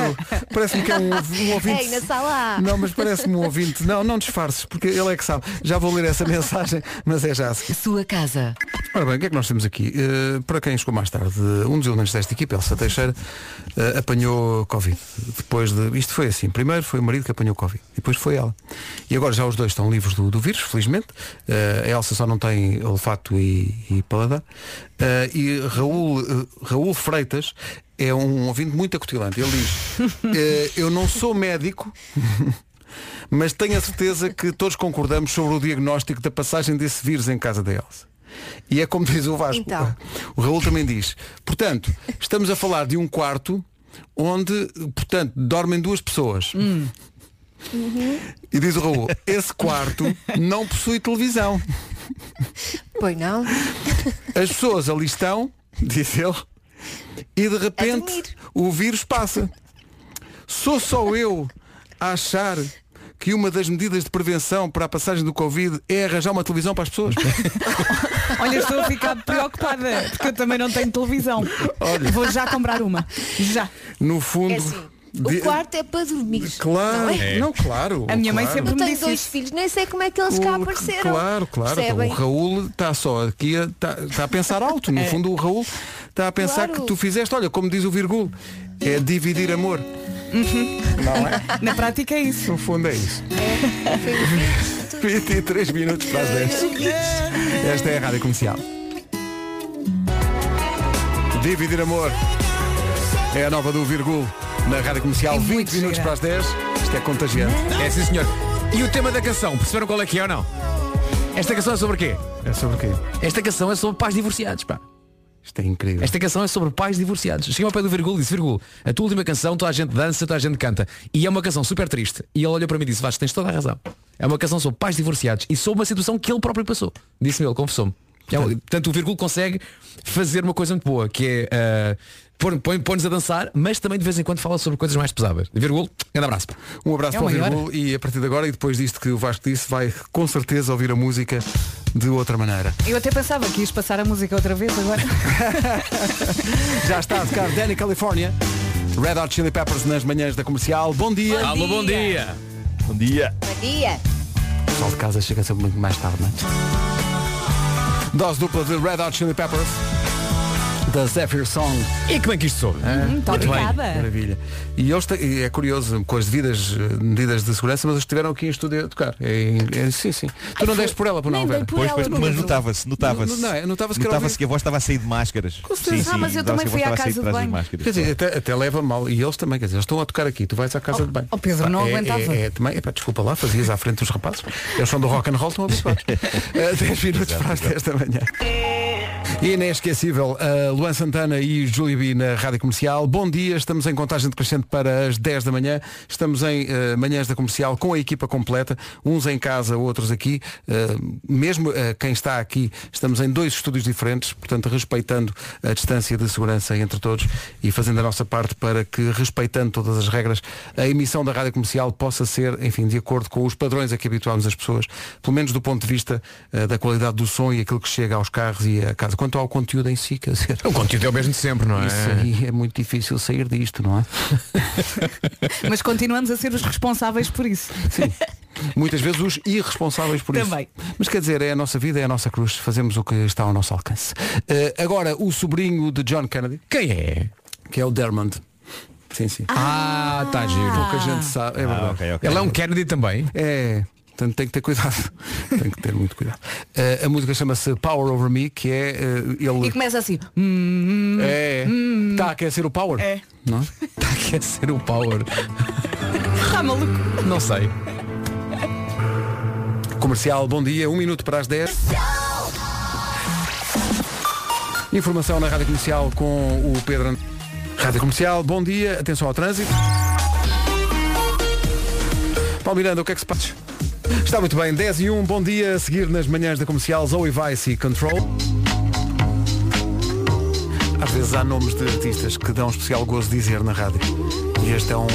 Speaker 1: Parece-me que é um, um ouvinte.
Speaker 5: Ei, na sala A.
Speaker 1: Não, mas parece-me um ouvinte. Não, não disfarces, porque ele é que sabe. Já vou ler essa mensagem, mas é já a seguir.
Speaker 4: Sua casa.
Speaker 1: Ora bem, o que é que nós temos aqui? Eh, para quem chegou mais tarde, um dos elementos desta equipa, Elsa Teixeira, eh, apanhou Covid. Depois de. Isto foi assim. Primeiro foi o marido que apanhou Covid. Depois foi ela. E agora já os dois estão livres do, do vírus, felizmente. Eh, a Elsa só não tem olfato e, e paladar. Eh, e Raul, eh, Raul Freitas é um ouvinte muito acutilante. Ele diz, eh, eu não sou médico. Mas tenho a certeza que todos concordamos sobre o diagnóstico da passagem desse vírus em casa da Elsa. E é como diz o Vasco.
Speaker 5: Então.
Speaker 1: O Raul também diz. Portanto, estamos a falar de um quarto onde, portanto, dormem duas pessoas. E diz o Raul, esse quarto não possui televisão.
Speaker 5: Pois não?
Speaker 1: As pessoas ali estão, diz ele, e de repente o vírus passa. Sou só eu a achar que uma das medidas de prevenção para a passagem do Covid é arranjar uma televisão para as pessoas.
Speaker 4: Olha, estou a ficar preocupada porque eu também não tenho televisão.
Speaker 1: Olha.
Speaker 4: Vou já comprar uma. Já.
Speaker 1: No fundo.
Speaker 5: É assim.
Speaker 1: de-
Speaker 5: O quarto é para dormir.
Speaker 1: Claro,
Speaker 5: não é?
Speaker 1: não, claro.
Speaker 4: A minha mãe
Speaker 1: claro.
Speaker 4: sempre
Speaker 5: Eu
Speaker 4: me
Speaker 5: tenho
Speaker 4: disse
Speaker 5: dois filhos, nem sei como é que eles cá
Speaker 1: O-
Speaker 5: apareceram.
Speaker 1: Claro, claro. então,
Speaker 5: Percebem?
Speaker 1: O Raul está só aqui, a- está, está a pensar alto. No
Speaker 5: É.
Speaker 1: fundo, o Raul está a pensar
Speaker 5: Claro.
Speaker 1: que tu fizeste, olha, como diz o Virgul, é dividir amor. Não é?
Speaker 4: Na prática é isso.
Speaker 1: No fundo é isso.
Speaker 5: um
Speaker 1: 23 minutos para as 10. Esta é a Rádio Comercial. Dividir amor. É a nova do Virgul na rádio comercial. 20 minutos para as 10. Isto é contagiante.
Speaker 6: É sim, senhor. E o tema da canção, perceberam qual é que é ou não? Esta canção é sobre quê?
Speaker 1: É sobre quê?
Speaker 6: Esta canção é sobre pais divorciados, pá.
Speaker 1: Isto é incrível.
Speaker 6: Esta canção é sobre pais divorciados. Cheguei ao pé do Virgul e disse, Virgul, a tua última canção, toda a gente dança, toda a gente canta. E é uma canção super triste. E ele olhou para mim e disse, Vasco, tens toda a razão. É uma canção sobre pais divorciados e sobre uma situação que ele próprio passou. Disse-me ele, confessou-me. É um- Portanto, o Virgul consegue fazer uma coisa muito boa, que é uh, pôr- põe- pôr-nos a dançar, mas também de vez em quando fala sobre coisas mais pesadas. Virgul, grande abraço.
Speaker 1: Um abraço
Speaker 6: É
Speaker 1: para o
Speaker 6: o maior.
Speaker 1: Virgul e a partir de agora e depois disto que o Vasco disse vai com certeza ouvir a música de outra maneira.
Speaker 4: Eu até pensava que ias passar a música outra vez agora.
Speaker 1: Já está a tocar Danny California. Red Hot Chili Peppers nas manhãs da comercial. Bom dia.
Speaker 4: Bom Alô, bom dia.
Speaker 1: Bom dia.
Speaker 5: Dia.
Speaker 1: O pessoal de casa chega sempre muito mais tarde, não é? Dose dupla de Red Hot Chili Peppers. Da Zephyr Song.
Speaker 6: E é que bem que isto soube.
Speaker 1: Muito
Speaker 6: Muito bem.
Speaker 1: bem. Maravilha. E eles te- e é curioso, com as devidas eh, medidas de segurança, mas eles estiveram aqui em estúdio a tocar. É- é- sim, sim. Tu não deste por ela, por não,
Speaker 5: nem dei
Speaker 1: Vera?
Speaker 5: por
Speaker 8: Pois,
Speaker 5: ela,
Speaker 8: pois,
Speaker 5: não
Speaker 8: mas
Speaker 5: deu.
Speaker 8: notava-se, notava-se.
Speaker 1: Não, não, é, notava-se que era
Speaker 8: Notava-se
Speaker 1: ouvido.
Speaker 8: que a voz estava a sair de máscaras.
Speaker 4: certeza. Ah, mas eu
Speaker 8: notava-se
Speaker 4: também
Speaker 8: que a
Speaker 4: fui à
Speaker 8: voz estava a sair
Speaker 4: casa de
Speaker 8: trás das
Speaker 4: banho.
Speaker 8: máscaras.
Speaker 1: Quer dizer, até, até leva mal. E eles também, quer dizer, eles estão a tocar aqui, tu vais à casa de banho.
Speaker 4: oh, Pedro, não
Speaker 1: é,
Speaker 4: aguentava.
Speaker 1: É, é, também, epá, desculpa lá, fazias à frente dos rapazes. Eles são do rock and roll, estão habituados. Eh, 10 minutos para as 10 da manhã. E inesquecível, a Luan Santana e Júlia B na Rádio Comercial. Bom dia, estamos em contagem decrescente para as 10 da manhã. Estamos em eh, manhãs da comercial com a equipa completa, uns em casa, outros aqui. Eh, mesmo eh, quem está aqui, estamos em dois estúdios diferentes, portanto, respeitando a distância de segurança entre todos e fazendo a nossa parte para que, respeitando todas as regras, a emissão da Rádio Comercial possa ser, enfim, de acordo com os padrões a que habituámos as pessoas, pelo menos do ponto de vista eh, da qualidade do som e aquilo que chega aos carros e a casa. Quanto ao conteúdo em si, quer dizer,
Speaker 6: O conteúdo é o mesmo de sempre, não é?
Speaker 1: isso aí é muito difícil sair disto, não é?
Speaker 4: Mas continuamos a ser os responsáveis por isso.
Speaker 1: Sim. Muitas vezes os irresponsáveis por
Speaker 4: Também.
Speaker 1: isso. Mas quer dizer, é a nossa vida, é a nossa cruz, fazemos o que está ao nosso alcance. Eh, agora, o sobrinho de John Kennedy,
Speaker 6: Quem é?
Speaker 1: que é o Dermond. Sim, sim.
Speaker 6: Ah, está giro.
Speaker 1: Pouca gente sabe. É
Speaker 8: Ah,
Speaker 1: verdade.
Speaker 8: ok, ok.
Speaker 6: Ele é um Kennedy também.
Speaker 1: É. Portanto, tem que ter cuidado. tem que ter muito cuidado. Eh, a música chama-se Power Over Me, que é eh,
Speaker 4: E
Speaker 1: ele.
Speaker 4: começa assim. hum, hum,
Speaker 1: É. Está a aquecer o power.
Speaker 4: É.
Speaker 1: Não?
Speaker 6: Está a aquecer o power.
Speaker 4: Tá maluco.
Speaker 6: Não sei.
Speaker 1: Comercial, bom dia, um minuto para as 10. Informação na Rádio Comercial com o Pedro. Ant- Rádio Comercial, bom dia, atenção ao trânsito. Paulo Miranda, o que é que se passa? Está muito bem, 10 e 1, bom dia a seguir nas manhãs da comercial Zoe Vice e Control. Às vezes há nomes de artistas que dão especial gozo de dizer na rádio. E este é um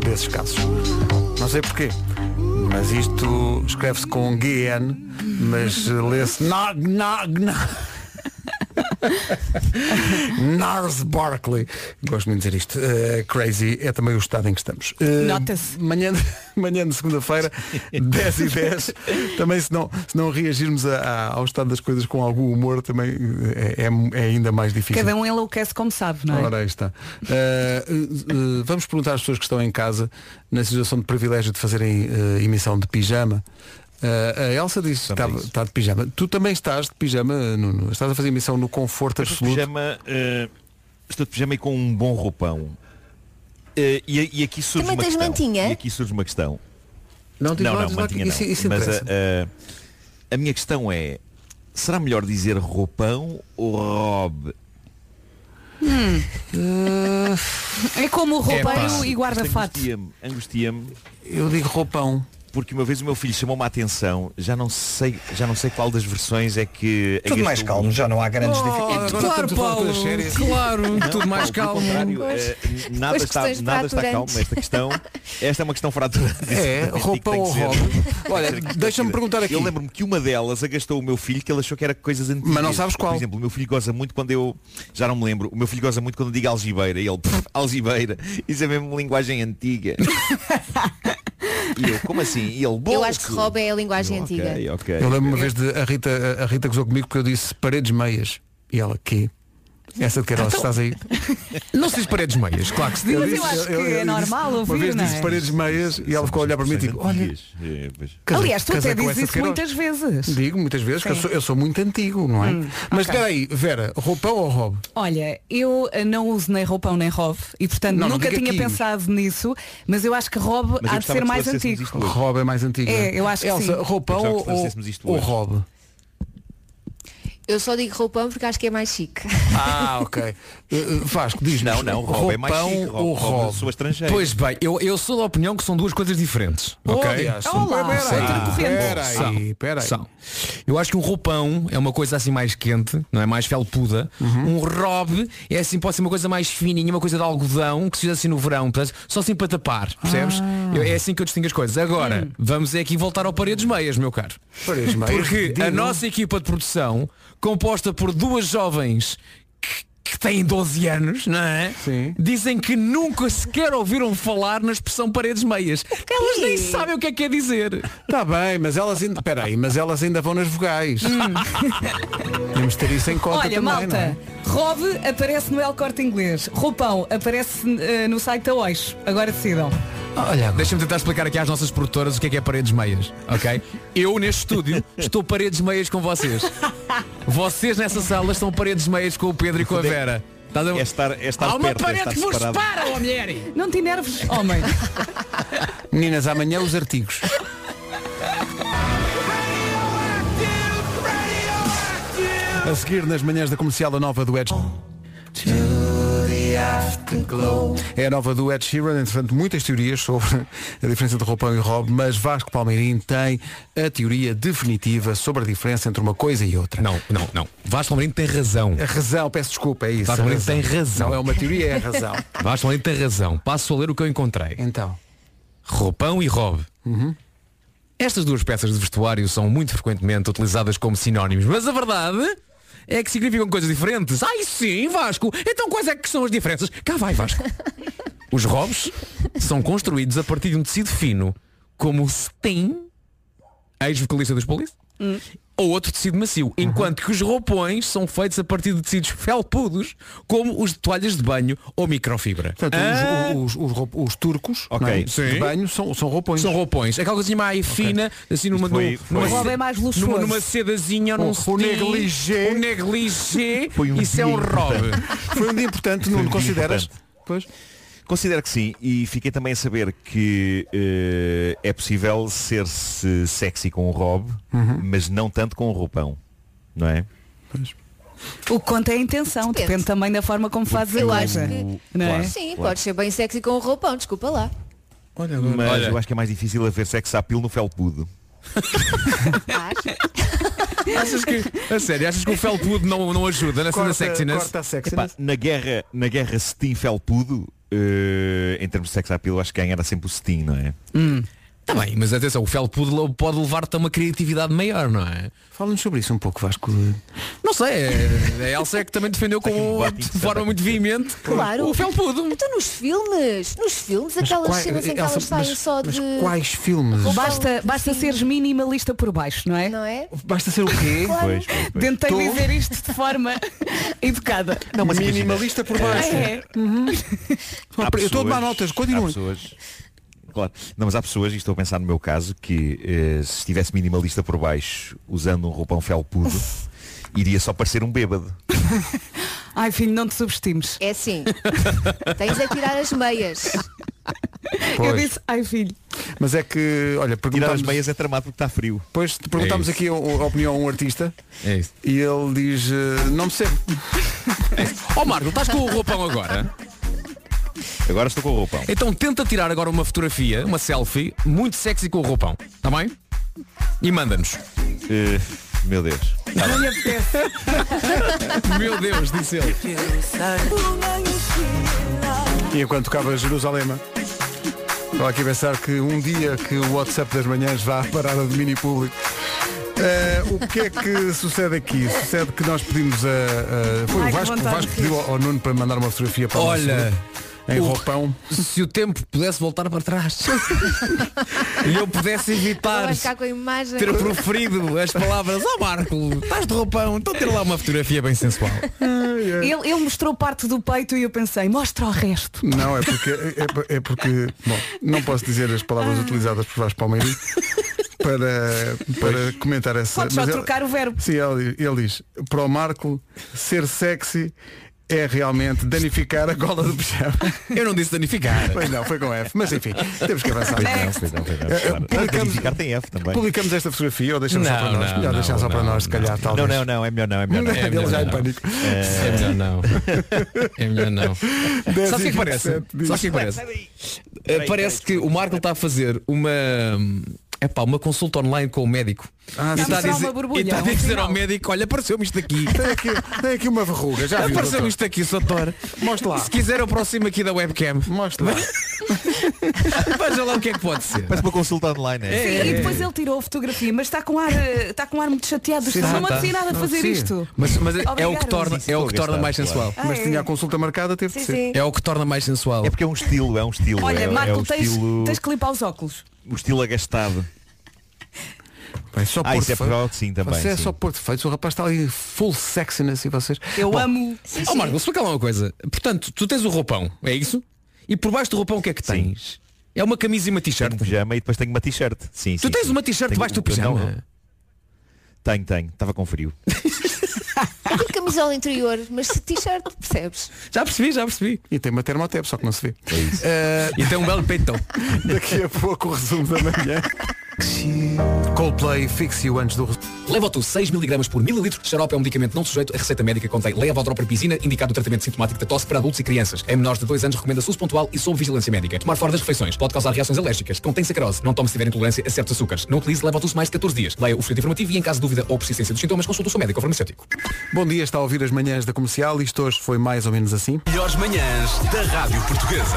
Speaker 1: desses casos. Não sei porquê. Mas isto escreve-se com GN, mas eh, lê-se na na na Nars Barkley. Gosto muito de dizer isto. Eh, crazy é também o estado em que estamos. Eh,
Speaker 4: Nota-se.
Speaker 1: Manhã, de- manhã de segunda-feira, 10 e 10. Também se não, se não reagirmos a- a- ao estado das coisas com algum humor, também eh, é, é ainda mais difícil.
Speaker 4: Cada um enlouquece como sabe, não é?
Speaker 1: Ora, aí está. Ah, uh, uh, vamos perguntar às pessoas que estão em casa, na situação de privilégio de fazerem uh, emissão de pijama. Ah, a Elsa disse que
Speaker 8: Também
Speaker 1: estava-
Speaker 8: isso.
Speaker 1: está de pijama. Tu também estás de pijama, Nuno. Estás a fazer emissão no conforto
Speaker 8: Estou de
Speaker 1: absoluto.
Speaker 8: pijama, eh, estou de pijama e com um bom roupão. Eh, e, e aqui surge
Speaker 5: Também
Speaker 8: uma
Speaker 5: tens
Speaker 8: questão.
Speaker 5: mantinha?
Speaker 8: E aqui surge uma questão.
Speaker 1: diz
Speaker 8: não,
Speaker 1: lá,
Speaker 8: não,
Speaker 1: diz lá que
Speaker 8: mantinha não.
Speaker 1: isso, isso
Speaker 8: Mas eh,
Speaker 1: interessa.
Speaker 8: a, a- a minha questão é, será melhor dizer roupão ou robe?
Speaker 4: É como o roupeiro
Speaker 6: Epá.
Speaker 4: e guarda-fato.
Speaker 8: Angustia-me, angustia-me,
Speaker 1: Eu digo roupão.
Speaker 8: porque uma vez o meu filho chamou-me a atenção, já não sei, já não sei qual das versões é que
Speaker 3: Tudo mais
Speaker 8: agrestou
Speaker 3: calmo, já não há grandes dificuldades.
Speaker 1: estamos a falar de coisas sérias.
Speaker 6: Oh, Claro. Tudo
Speaker 8: Não,
Speaker 6: mais
Speaker 8: pelo
Speaker 6: calmo.
Speaker 8: contrário, eh, nada
Speaker 5: Depois
Speaker 8: está,
Speaker 5: questões
Speaker 8: nada está calmo
Speaker 5: fraturantes.
Speaker 8: nesta questão. Esta é uma questão fraturante.
Speaker 1: É,
Speaker 8: Tem que-
Speaker 1: roupão
Speaker 8: tem que
Speaker 1: ou
Speaker 8: ser-
Speaker 1: robe. Olha,
Speaker 8: tem que ser
Speaker 1: deixa-me
Speaker 8: discutida.
Speaker 1: perguntar aqui.
Speaker 8: Eu lembro-me que uma delas agastou o meu filho que ele achou que era coisas antigas.
Speaker 1: Mas não sabes qual.
Speaker 8: Por exemplo, o meu filho goza muito quando eu. Já não me lembro. O meu filho goza muito quando eu digo algibeira. E ele, "Pff, algibeira. Isso é mesmo linguagem antiga. e eu, como assim? E ele,
Speaker 5: Eu
Speaker 8: bolso.
Speaker 5: acho que Rob é a linguagem
Speaker 8: Eu,
Speaker 5: antiga.
Speaker 8: Ok, ok.
Speaker 1: Eu lembro uma vez de a Rita, a Rita gozou comigo que eu disse paredes meias. E ela, que? Essa de
Speaker 4: Então-
Speaker 1: Queiroz, estás aí?
Speaker 6: Não sei paredes meias, claro que se diz.
Speaker 4: Mas eu acho que é normal
Speaker 1: disse-
Speaker 4: ouvir,
Speaker 1: Uma vez
Speaker 4: não
Speaker 1: disse
Speaker 4: é?
Speaker 1: paredes meias e ela ficou a olhar para mim e digo, olha, casa-
Speaker 4: Aliás, tu até
Speaker 1: casaco
Speaker 4: dizes
Speaker 1: essa de
Speaker 4: isso
Speaker 1: Queiroz.
Speaker 4: muitas vezes.
Speaker 1: Digo muitas vezes, que eu
Speaker 4: Sim.
Speaker 1: sou, eu sou muito antigo, não é?
Speaker 4: Hum,
Speaker 1: Mas
Speaker 4: ok.
Speaker 1: espera aí, Vera, roupão ou robe?
Speaker 4: Olha, eu eh, não uso nem roupão nem robe e portanto
Speaker 1: Não, não
Speaker 4: nunca
Speaker 1: diga
Speaker 4: tinha
Speaker 1: aqui.
Speaker 4: pensado nisso, mas eu acho que robe
Speaker 1: Mas eu
Speaker 4: há de
Speaker 1: gostava
Speaker 4: ser
Speaker 1: que
Speaker 4: mais
Speaker 1: esclarecêssemos
Speaker 4: antigo.
Speaker 1: isto hoje. Robe é mais antigo.
Speaker 4: É,
Speaker 1: não
Speaker 4: eu acho que
Speaker 1: Elsa,
Speaker 4: sim.
Speaker 1: roupão
Speaker 8: Eu gostava que
Speaker 1: ou,
Speaker 8: esclarecêssemos isto
Speaker 1: ou
Speaker 8: hoje.
Speaker 1: robe?
Speaker 5: Eu só digo roupão porque acho que é mais chique.
Speaker 1: Ah, ok. Uh, Vasco, diz
Speaker 8: Não, não, robe é mais
Speaker 1: roupão
Speaker 8: chique, robe-
Speaker 1: ou
Speaker 8: robe
Speaker 1: robe?
Speaker 8: sou estrangeiro.
Speaker 6: Pois bem, eu, eu sou da opinião que são duas coisas diferentes. ok?
Speaker 1: aliás,
Speaker 6: São-
Speaker 1: são- Olá,
Speaker 6: São-
Speaker 1: outra corrente.
Speaker 6: São.
Speaker 1: Peraí, peraí.
Speaker 6: São. Eu acho que um roupão é uma coisa assim mais quente, não é? Mais felpuda. Um robe é assim, pode ser uma coisa mais fininha, uma coisa de algodão que se usa assim no verão, portanto, só assim para tapar, percebes? Eu- é assim que eu distingo as coisas. Agora, vamos é aqui voltar ao paredes meias, meu caro.
Speaker 1: Paredes meias,
Speaker 6: Porque a
Speaker 1: digo.
Speaker 6: nossa equipa de produção, composta por duas jovens que têm 12 anos, não é? Dizem que nunca sequer ouviram falar na expressão paredes meias. Elas nem sabem o que é que quer dizer.
Speaker 1: Está tá bem, mas elas ainda. Espera aí, mas elas ainda vão nas vogais.
Speaker 6: Hum.
Speaker 1: Temos de ter isso em conta
Speaker 4: Olha,
Speaker 1: também, não é?
Speaker 4: malta, robe aparece no El Corte Inglês, roupão aparece eh, no site da Oix. Agora decidam.
Speaker 6: Olha, deixa-me tentar explicar aqui às nossas produtoras o que é que é paredes meias, ok? Eu neste estúdio estou paredes meias com vocês. Vocês nessa sala estão paredes meias com o Pedro e com a Vera. Estás a-
Speaker 8: É estar, é estar
Speaker 6: Há uma
Speaker 8: perto, é
Speaker 6: parede
Speaker 8: estar
Speaker 6: que vos
Speaker 8: separado.
Speaker 6: separa, ó mulher!
Speaker 4: Não te enerves, homem.
Speaker 1: Meninas, amanhã os artigos. A seguir nas manhãs da comercial a nova do Ed É a nova do Ed Sheeran, entretanto muitas teorias sobre a diferença de roupão e robe, mas Vasco Palmeirim tem a teoria definitiva sobre a diferença entre uma coisa e outra.
Speaker 6: Não, não, não. Vasco Lombrino tem razão.
Speaker 1: A razão, peço desculpa, é isso.
Speaker 6: Vasco
Speaker 1: a
Speaker 6: Lombrino tem razão.
Speaker 1: Não é uma teoria, é a razão.
Speaker 6: Vasco Lombrino tem razão. Passo a ler o que eu encontrei.
Speaker 1: Então,
Speaker 6: roupão e robe.
Speaker 1: Uhum.
Speaker 6: Estas duas peças de vestuário são muito frequentemente utilizadas como sinónimos, mas a verdade é que significam coisas diferentes. Ai sim, Vasco! Então quais é que são as diferenças? Cá vai, Vasco. Os robes são construídos a partir de um tecido fino, como o cetim, ex-vocalista dos Police, ou outro tecido macio,
Speaker 1: Uhum.
Speaker 6: enquanto que os roupões são feitos a partir de tecidos felpudos, como os de toalhas de banho ou microfibra.
Speaker 1: portanto,
Speaker 6: Ah,
Speaker 1: os, os- os roup- os turcos
Speaker 8: Ok,
Speaker 1: não é? de
Speaker 6: sim.
Speaker 1: banho são, são roupões.
Speaker 6: São roupões. É Aquela coisinha mais fina, assim numa,
Speaker 8: Isto foi-
Speaker 6: num-
Speaker 8: foi- Um
Speaker 6: numa,
Speaker 4: O robe é mais
Speaker 6: numa-
Speaker 4: luxuoso.
Speaker 6: numa sedazinha, num
Speaker 1: O- o
Speaker 6: cetim,
Speaker 1: negligé.
Speaker 6: Um negligé.
Speaker 8: Foi um
Speaker 6: Isso é
Speaker 8: dia
Speaker 6: um robe.
Speaker 1: Foi um dia importante, não
Speaker 8: um dia
Speaker 1: consideras?
Speaker 8: importante.
Speaker 1: Pois.
Speaker 8: Considero que sim, e fiquei também a saber que eh, é possível ser-se sexy com o robe, mas não tanto com o roupão, não é?
Speaker 4: O que conta é a intenção, depende,
Speaker 5: Depende.
Speaker 4: também da forma como fazes a
Speaker 5: Eu
Speaker 4: coisa.
Speaker 5: acho que-
Speaker 4: Não é?
Speaker 8: Claro.
Speaker 5: Sim,
Speaker 8: Claro.
Speaker 5: podes ser bem sexy com o roupão, desculpa lá.
Speaker 8: Mas eu acho que é mais difícil haver sexo à pil no felpudo.
Speaker 6: achas que, a sério, achas que o felpudo não, não ajuda na cena
Speaker 1: Corta-
Speaker 6: sexiness?
Speaker 1: corta a
Speaker 8: Epá,
Speaker 1: sexiness.
Speaker 8: na guerra, na guerra cetim felpudo, eh, em termos de sexo à pil, eu acho que ganha era sempre o cetim, não é?
Speaker 6: Tá bem, mas atenção, o felpudo pode levar-te a uma criatividade maior, não é?
Speaker 1: Fala-nos sobre isso um pouco, Vasco.
Speaker 6: Não sei, é- a Elsa é que também defendeu
Speaker 8: Tá
Speaker 6: com,
Speaker 8: debate
Speaker 6: de
Speaker 8: interessante
Speaker 6: forma muito veemente
Speaker 5: Claro.
Speaker 6: o felpudo.
Speaker 5: Então nos filmes, nos filmes, aquelas
Speaker 1: quais-
Speaker 5: cenas em que
Speaker 1: Elsa,
Speaker 5: elas saem
Speaker 1: mas-
Speaker 5: só
Speaker 1: mas
Speaker 5: de.
Speaker 1: quais filmes?
Speaker 5: Roupa-
Speaker 4: Basta, basta
Speaker 5: Sim.
Speaker 4: seres minimalista por baixo, não é?
Speaker 5: assim. Não é?
Speaker 1: Basta ser o quê?
Speaker 5: Claro.
Speaker 8: Pois, pois, pois.
Speaker 4: Tentei
Speaker 1: Tô.
Speaker 4: dizer isto de forma educada.
Speaker 1: Não, mas minimalista por baixo.
Speaker 4: É.
Speaker 8: Há
Speaker 1: Eu estou a tomar
Speaker 8: pessoas-
Speaker 1: notas,
Speaker 8: Há
Speaker 1: continuem.
Speaker 8: pessoas, claro. Não, mas há pessoas, e estou a pensar no meu caso, que eh, se estivesse minimalista por baixo, usando um roupão felpudo, iria só parecer um bêbado.
Speaker 4: Ai filho, não te subestimes.
Speaker 5: É assim. Tens é tirar as meias.
Speaker 4: Eu
Speaker 1: Pois.
Speaker 4: disse, ai filho.
Speaker 1: Mas é que, olha,
Speaker 8: Tirar as
Speaker 1: perguntamos,
Speaker 8: meias é tramado porque está frio.
Speaker 1: depois perguntámos
Speaker 6: É isso.
Speaker 1: aqui a, a opinião a um artista
Speaker 6: É isso.
Speaker 1: e ele diz, eh, não me percebo.
Speaker 6: Ó Marco, estás com o roupão agora?
Speaker 8: Agora estou com o roupão.
Speaker 1: É-
Speaker 6: Então tenta tirar agora uma fotografia, uma selfie, muito sexy com o roupão, está bem? E manda-nos.
Speaker 8: Eh, meu Deus.
Speaker 4: Não lhe apetece.
Speaker 6: Meu Deus, disse ele.
Speaker 1: E enquanto tocava Jerusalema. Estava aqui a pensar que um dia que o WhatsApp das manhãs vá à parada de mini público. Eh, o que é que sucede aqui? Sucede que nós pedimos a. a- foi
Speaker 4: Ai,
Speaker 1: o
Speaker 4: que
Speaker 1: Vasco, o
Speaker 4: vontade
Speaker 1: Vasco
Speaker 4: de rir.
Speaker 1: pediu ao, ao Nuno para mandar uma fotografia para o nosso
Speaker 6: Olha,
Speaker 1: grupo. em roupão.
Speaker 6: Se o tempo pudesse voltar para trás e eu pudesse
Speaker 5: Agora
Speaker 6: evitar
Speaker 5: vai ficar com a imagem.
Speaker 6: ter
Speaker 8: um
Speaker 6: proferido as palavras ao Marco, estás de roupão, então ter lá uma fotografia bem sensual.
Speaker 1: É.
Speaker 4: Ele, ele mostrou parte do peito e eu pensei, mostra o resto.
Speaker 1: Não, é porque, é, por- é porque bom, não posso dizer as palavras utilizadas por Vasco Palmeiras para, para comentar essa.
Speaker 4: Pode só
Speaker 1: mas ele-
Speaker 4: trocar o verbo.
Speaker 1: Sim, ele, ele diz, para o Marco, ser sexy é realmente danificar a gola do pijama.
Speaker 6: Eu não disse danificar.
Speaker 1: Pois não, foi com F. Mas enfim, temos que avançar.
Speaker 8: Pois não, pois não, pois não,
Speaker 1: Eh,
Speaker 8: claro.
Speaker 1: publicamos-
Speaker 8: Danificar tem F também.
Speaker 1: Publicamos esta fotografia ou deixamos só para
Speaker 8: Não,
Speaker 1: nós?
Speaker 8: não,
Speaker 1: Melhor
Speaker 8: não,
Speaker 1: deixar só para
Speaker 8: não,
Speaker 1: nós, se calhar,
Speaker 8: não.
Speaker 1: talvez.
Speaker 8: Não, não, não, é melhor não, é melhor não. É
Speaker 1: Ele
Speaker 8: melhor
Speaker 1: já em
Speaker 8: não.
Speaker 1: pânico.
Speaker 6: É melhor não. É melhor não. Sabe o que é que parece?
Speaker 1: 10 e
Speaker 6: Sabe
Speaker 1: 27
Speaker 6: o que é que parece?
Speaker 1: Peraí,
Speaker 6: Uh, Parece que o Marco está a fazer uma. Epá, uma consulta online com o médico.
Speaker 1: Ah, sim.
Speaker 6: e está
Speaker 1: Está
Speaker 6: a
Speaker 1: a
Speaker 6: dizer,
Speaker 1: uma borbulha,
Speaker 6: e está a
Speaker 1: um
Speaker 6: dizer
Speaker 1: sinal.
Speaker 6: ao médico, olha, apareceu-me isto aqui.
Speaker 1: Tem aqui, tem aqui uma verruga, já viu, doutor?
Speaker 6: Apareceu-me isto aqui, Sotor.
Speaker 1: Mostra lá.
Speaker 6: Se quiser eu aproximo aqui da webcam.
Speaker 1: Mostra lá.
Speaker 6: Veja lá o que é que pode ser.
Speaker 8: Parece uma consulta online, é?
Speaker 4: Sim, e depois ele tirou a fotografia, mas está com ar, eh, está com ar muito chateado.
Speaker 1: Sim,
Speaker 4: não
Speaker 1: sim.
Speaker 4: me apetecia nada de
Speaker 1: Não,
Speaker 4: fazer
Speaker 1: sim.
Speaker 4: isto.
Speaker 6: Mas, mas é o
Speaker 4: Obrigada.
Speaker 6: que torna, é o que torna mais
Speaker 8: Claro.
Speaker 6: sensual.
Speaker 1: Mas
Speaker 4: Ah, é.
Speaker 1: tinha a consulta marcada, teve
Speaker 5: Sim,
Speaker 1: de ser.
Speaker 5: sim.
Speaker 6: É o que torna mais sensual.
Speaker 8: É porque é um estilo, é um estilo.
Speaker 4: Olha,
Speaker 8: é,
Speaker 4: Marco,
Speaker 8: é um
Speaker 4: tens,
Speaker 8: estilo,
Speaker 4: tens que limpar os óculos.
Speaker 8: o estilo agastado.
Speaker 1: Vai, só
Speaker 8: Ah,
Speaker 1: pôr
Speaker 8: isso é
Speaker 1: defeito.
Speaker 8: Portugal, sim, também,
Speaker 1: Você é
Speaker 8: sim.
Speaker 1: só pôr defeitos. O rapaz está ali full sexiness e vocês.
Speaker 4: Eu
Speaker 1: Bom,
Speaker 4: amo.
Speaker 5: Sim,
Speaker 6: Ó
Speaker 5: sim.
Speaker 6: Oh, Marco, explica lá uma coisa. Portanto, tu tens o roupão, é isso? E por baixo do roupão o que é que tens? É uma camisa e uma
Speaker 8: Tenho um
Speaker 6: t-shirt.
Speaker 8: pijama e depois tenho uma t-shirt. Sim,
Speaker 6: Tu
Speaker 8: sim,
Speaker 6: tens
Speaker 8: sim.
Speaker 6: uma t-shirt
Speaker 8: Tenho-
Speaker 6: debaixo do pijama?
Speaker 8: Não, Tenho, tenho. Estava com frio.
Speaker 5: E camisola interior, mas se t-shirt, percebes?
Speaker 6: Já percebi, já percebi.
Speaker 1: E tem uma termotep, só que não se vê.
Speaker 6: E tem um belo peitão.
Speaker 1: Daqui a pouco o resumo da manhã. Coldplay, fixe you antes do resumo.
Speaker 6: Levotu 6mg por mililitro. Xarope é um medicamento não sujeito a receita médica. Contém levodoropropizina, indicado o tratamento sintomático da tosse para adultos e crianças. Em menores de 2 anos, recomenda-se uso pontual e sob vigilância médica. Tomar fora das refeições. Pode causar reações alérgicas. Contém sacarose. Não tome se tiver intolerância a certos açúcares. Não utilize Levotus mais de 14 dias. Leia o folheto informativo e, em caso de dúvida ou persistência dos sintomas, consulte o seu médico ou farmacêutico.
Speaker 1: Bom dia, está a ouvir as manhãs da comercial. Isto hoje foi mais ou menos assim.
Speaker 13: Melhores manhãs da Rádio Portuguesa.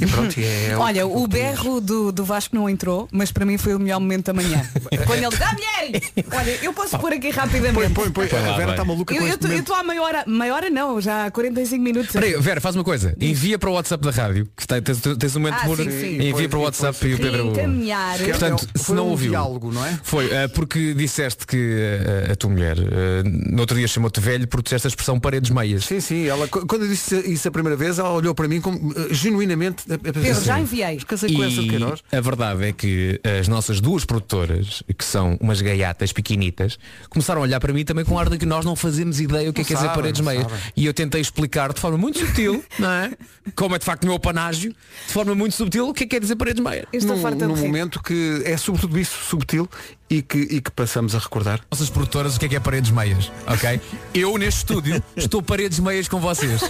Speaker 1: E pronto, e é.
Speaker 4: Olha, o berro do, do Vasco não entrou, mas para mim foi o melhor momento da manhã. Quando ele diz, "Ah, mulher! Olha, eu posso pôr aqui
Speaker 1: Põe,
Speaker 4: rapidamente.
Speaker 1: põe,
Speaker 6: Então
Speaker 1: põe. A Vera está maluca com
Speaker 4: Eu
Speaker 1: este momento.
Speaker 4: estou à meia hora, meia hora não, já há 45 minutos.
Speaker 6: Peraí, Vera, faz uma coisa. Envia para o WhatsApp da rádio, que tem- tens, tens um momento
Speaker 4: Ah,
Speaker 6: por...
Speaker 4: sim, sim.
Speaker 6: Envia para o WhatsApp e o Pedro...
Speaker 4: Reencaminhar.
Speaker 1: Que é-
Speaker 6: Portanto,
Speaker 1: é-
Speaker 6: se
Speaker 1: foi
Speaker 6: não
Speaker 1: um
Speaker 6: ouviu.
Speaker 1: diálogo, não é?
Speaker 6: Foi, eh, porque disseste que eh, a tua mulher eh, no outro dia chamou-te velho porque disseste a expressão paredes meias.
Speaker 1: Sim, sim, ela, qu- quando eu disse isso a primeira vez, ela olhou para mim como, eh, genuinamente.
Speaker 4: Pedro, já enviei.
Speaker 1: Casei com essa de Queiroz.
Speaker 6: a verdade é que as nossas duas produtoras, que são umas gaiatas pequenitas, começaram a olhar para mim também com um ar de que nós não fazemos ideia o que é
Speaker 1: Não
Speaker 6: que é dizer
Speaker 1: sabem,
Speaker 6: paredes
Speaker 1: não
Speaker 6: meias.
Speaker 1: sabem.
Speaker 6: E eu tentei explicar de forma muito subtil, não é? Como é de facto o meu panágio, de forma muito subtil, o que é que é dizer paredes meias.
Speaker 4: Eu estou
Speaker 1: Num,
Speaker 4: farta de
Speaker 1: num
Speaker 4: rir.
Speaker 1: momento que é sobretudo isso subtil e que, e que passamos a recordar.
Speaker 6: Nossas produtoras, o que é que é paredes meias? Ok? Eu neste estúdio estou paredes meias com vocês.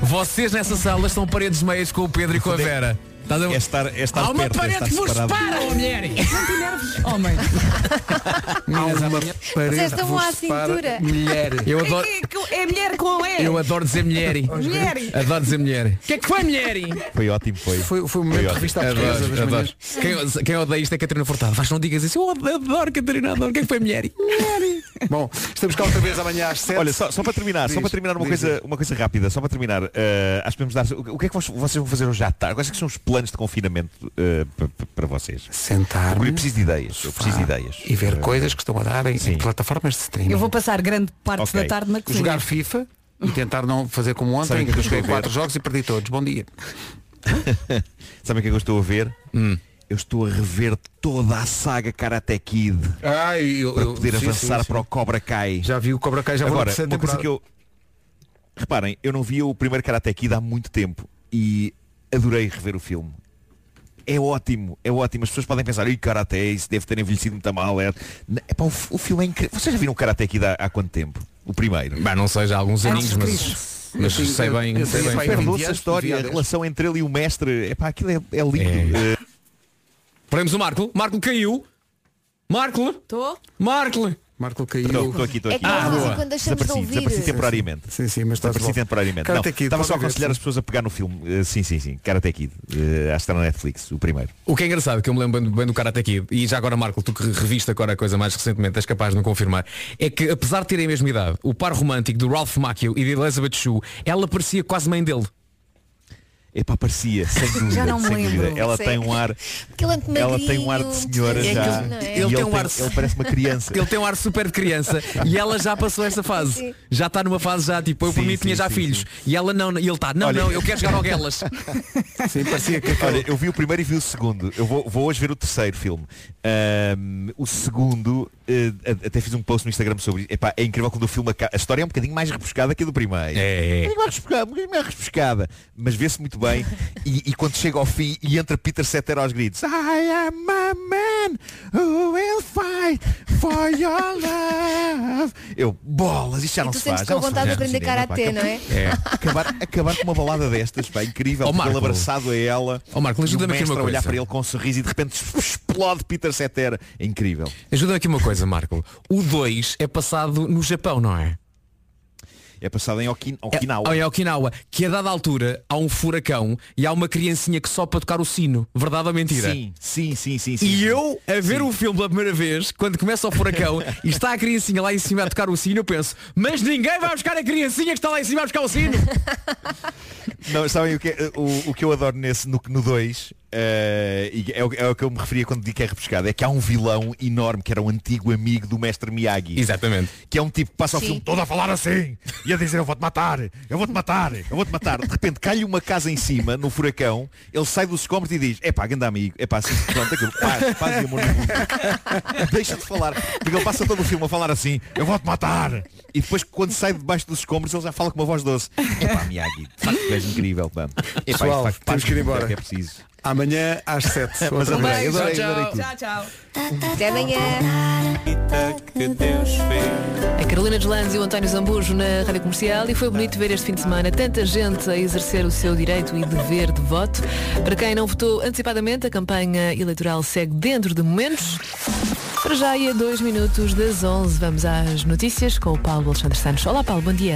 Speaker 6: Vocês nessa sala estão paredes meias com o Pedro e com a Vera. Estás a-
Speaker 8: É estar, é estar
Speaker 1: Ah,
Speaker 6: Há uma
Speaker 8: perto, é
Speaker 6: parede
Speaker 8: estar
Speaker 6: que vos oh,
Speaker 8: separado.
Speaker 6: separa, ó mulher!
Speaker 4: Homem,
Speaker 1: Meninas, há uma parede
Speaker 5: Vocês
Speaker 1: que
Speaker 5: estão
Speaker 1: vos
Speaker 5: à
Speaker 1: separa.
Speaker 5: cintura.
Speaker 1: Mulher.
Speaker 6: Eu
Speaker 4: é,
Speaker 6: adoro,
Speaker 4: que- é mulher com E.
Speaker 6: eu adoro dizer mulher.
Speaker 4: Mulher.
Speaker 6: Adoro dizer mulher. O que é que foi mulher?
Speaker 8: Foi ótimo, foi.
Speaker 1: Foi, foi o momento de revista à
Speaker 6: É
Speaker 1: portuguesa das
Speaker 6: Adoro, adoro.
Speaker 1: manhãs.
Speaker 6: Quem, quem odeia isto é Catarina Furtado. Vais, não digas isso. Eu adoro Catarina, adoro. O que é que foi mulher?
Speaker 1: Bom, estamos cá outra vez amanhã às 7.
Speaker 8: Olha, só, só para terminar, só
Speaker 1: Diz,
Speaker 8: para terminar uma
Speaker 1: diz,
Speaker 8: coisa, uma coisa rápida, só para terminar, eh, acho que podemos dar. O o que é que vos- vocês vão fazer hoje à tarde? Quais é que são os planos de confinamento eh, p- p- para vocês?
Speaker 1: sentar
Speaker 8: Eu preciso de ideias. Eu preciso de ideias.
Speaker 1: e ver
Speaker 8: Eh,
Speaker 1: coisas que estão a dar em, em
Speaker 8: Sim.
Speaker 1: plataformas de streaming.
Speaker 4: Eu vou passar grande parte
Speaker 8: Ok.
Speaker 4: da tarde na cozinha.
Speaker 1: jogar FIFA e tentar não fazer como ontem,
Speaker 8: Sabem
Speaker 1: que
Speaker 8: que
Speaker 1: eu
Speaker 8: eu
Speaker 1: joguei
Speaker 8: estou a ver?
Speaker 1: 4 jogos e perdi todos. Bom dia.
Speaker 8: Sabem o que é que eu estou a ver?
Speaker 1: Hum.
Speaker 8: Eu estou a rever toda a saga Karate Kid
Speaker 1: Ai, eu,
Speaker 8: para poder avançar para o Cobra Kai.
Speaker 1: Já vi o Cobra Kai, já vou
Speaker 8: Agora,
Speaker 1: na terceira
Speaker 8: uma coisa
Speaker 1: temporada.
Speaker 8: que eu. Reparem, eu não via o primeiro Karate Kid há muito tempo e adorei rever o filme. É ótimo, é ótimo. As pessoas podem pensar, ui, Karate, isso deve ter envelhecido muito mal. É, N- epá, o, f- o filme é incrível. Vocês já viram o Karate Kid há, há quanto tempo? O primeiro.
Speaker 6: Bah, não sei, já há alguns aninhos,
Speaker 4: de
Speaker 6: mas, mas
Speaker 1: Sim,
Speaker 6: sei
Speaker 1: eu-
Speaker 6: bem.
Speaker 1: eu
Speaker 6: sei
Speaker 1: sei
Speaker 6: bem.
Speaker 1: bem.
Speaker 8: Perdoa-se
Speaker 1: 20
Speaker 8: é a
Speaker 1: anos,
Speaker 8: história, a
Speaker 1: 10.
Speaker 8: relação entre ele e o mestre. Epá, aquilo é, é lindo.
Speaker 6: É.
Speaker 8: Eh,
Speaker 6: Prendemos o Marco. Marco caiu. Marco.
Speaker 4: Estou?
Speaker 6: Marco.
Speaker 1: Marco caiu.
Speaker 8: Perdão, estou aqui, estou
Speaker 5: É
Speaker 8: aqui.
Speaker 5: que nós de vez em quando deixamos de
Speaker 8: desapareci,
Speaker 5: ouvir.
Speaker 8: desapareci temporariamente.
Speaker 1: Sim, sim, mas estás
Speaker 8: desapareci
Speaker 1: de volta.
Speaker 8: temporariamente.
Speaker 1: Tá Karate
Speaker 8: Não,
Speaker 1: Kid,
Speaker 8: estava só a
Speaker 1: pode ver,
Speaker 8: aconselhar
Speaker 1: sim.
Speaker 8: as pessoas a pegar no filme. Eh, sim, sim, sim. Karate Kid. Eh, acho que está na Netflix, o primeiro.
Speaker 6: O que é engraçado, que eu me lembro bem do- bem do Karate Kid, e já agora Marco, tu que reviste agora a coisa mais recentemente, és capaz de me confirmar, é que apesar de terem a mesma idade, o par romântico do Ralph Macchio e de Elizabeth Shue, ela parecia quase mãe dele.
Speaker 8: Epá, parecia, sem dúvida.
Speaker 5: Já não me
Speaker 8: sem
Speaker 5: lembro.
Speaker 8: dúvida. Ela
Speaker 5: Sim.
Speaker 8: tem um ar.
Speaker 5: Aquele ante
Speaker 8: Ela tem um ar de senhora
Speaker 6: É
Speaker 8: já.
Speaker 6: que ele-
Speaker 8: E
Speaker 6: ele tem um ar-
Speaker 8: Ele parece uma criança.
Speaker 6: Ele tem um ar super de criança e ela já passou essa fase. Já está numa fase já, tipo, eu por
Speaker 8: Sim,
Speaker 6: mim
Speaker 8: sim,
Speaker 6: tinha já
Speaker 8: sim,
Speaker 6: filhos. E ela não, não. e ele está, não,
Speaker 8: Olha-
Speaker 6: não, eu quero jogar ao Guelas.
Speaker 1: Sim, parecia que
Speaker 8: Olha, eu vi o primeiro e vi o segundo. Eu vou, vou hoje ver o terceiro filme. Ahm, o segundo, eh, a- até fiz um post no Instagram sobre isso. Epá, é incrível quando o filme acaba. A história é um bocadinho mais rebuscada que a do primeiro.
Speaker 6: É,
Speaker 8: Um bocadinho mais rebuscada, um bocadinho mais rebuscada. Mas vê-se muito bem. E, e quando chega ao fim e entra Peter Setter aos gritos. I am a man who will fight for your love. Eu, bolas, isto já
Speaker 5: E
Speaker 8: não
Speaker 5: tu
Speaker 8: se faz.
Speaker 5: sentes
Speaker 8: já
Speaker 5: com
Speaker 8: não se
Speaker 5: vontade
Speaker 8: faz
Speaker 5: de
Speaker 8: no cinema,
Speaker 5: aprender
Speaker 8: pá,
Speaker 5: karatê,
Speaker 8: acabou-
Speaker 5: não é?
Speaker 6: É.
Speaker 8: Acabar, acabar com uma balada destas, pá, incrível,
Speaker 6: Ó,
Speaker 8: porque ele
Speaker 6: Marco.
Speaker 8: abraçado a ela.
Speaker 6: Ó, Marco,
Speaker 8: e o
Speaker 6: ajuda-me aqui
Speaker 8: mestre
Speaker 6: uma
Speaker 8: a olhar
Speaker 6: coisa.
Speaker 8: para ele com um sorriso e de repente explode Peter Cetera. É incrível.
Speaker 6: Ajuda-me aqui uma coisa, Marco. O 2 é passado no Japão, não é?
Speaker 8: É passado em Okin-
Speaker 6: É,
Speaker 8: Okinawa.
Speaker 6: é Okinawa, que a dada altura há um furacão e há uma criancinha que só para tocar o sino. Verdade ou mentira?
Speaker 8: Sim, sim, sim, sim. sim,
Speaker 6: E
Speaker 8: sim.
Speaker 6: eu, a ver o filme pela primeira vez, quando começa o furacão e está a criancinha lá em cima a tocar o sino, eu penso, mas ninguém vai buscar a criancinha que está lá em cima a buscar o sino.
Speaker 8: Não, sabem o que, é- o, o que eu adoro nesse, no 2, é, o, é o que eu me referia quando digo que é repescado, é que há um vilão enorme que era um antigo amigo do mestre Miyagi.
Speaker 6: Exatamente.
Speaker 8: Que é um tipo que passa o
Speaker 5: Sim.
Speaker 8: filme todo a falar assim e a dizer eu vou-te matar, eu vou-te matar, eu vou-te matar. De repente cai-lhe uma casa em cima, no furacão, ele sai dos escombros e diz, é pá, grande amigo, é pá, assim, pronto, aquilo, paz, paz e amor no mundo. Deixa de falar. Porque ele passa todo o filme a falar assim, eu vou-te matar. E depois quando sai de debaixo dos escombros ele já fala com uma voz doce. É pá, Miyagi, de facto tu és incrível, pá. É pá,
Speaker 1: Pessoal,
Speaker 8: de facto,
Speaker 1: temos que ir
Speaker 8: fazes muito
Speaker 1: embora.
Speaker 8: o que É preciso.
Speaker 1: Amanhã às 7.
Speaker 8: Mas
Speaker 1: outra
Speaker 8: adorei,
Speaker 1: vez.
Speaker 8: adorei, adorei tudo.
Speaker 4: Tchau, tchau.
Speaker 5: Até amanhã.
Speaker 14: A Carolina de Lanz e o António Zambujo na Rádio Comercial e foi bonito ver este fim de semana tanta gente a exercer o seu direito e dever de voto. Para quem não votou antecipadamente, a campanha eleitoral segue dentro de momentos. Para já e a dois minutos das 11, vamos às notícias com o Paulo Alexandre Santos. Olá Paulo, bom dia.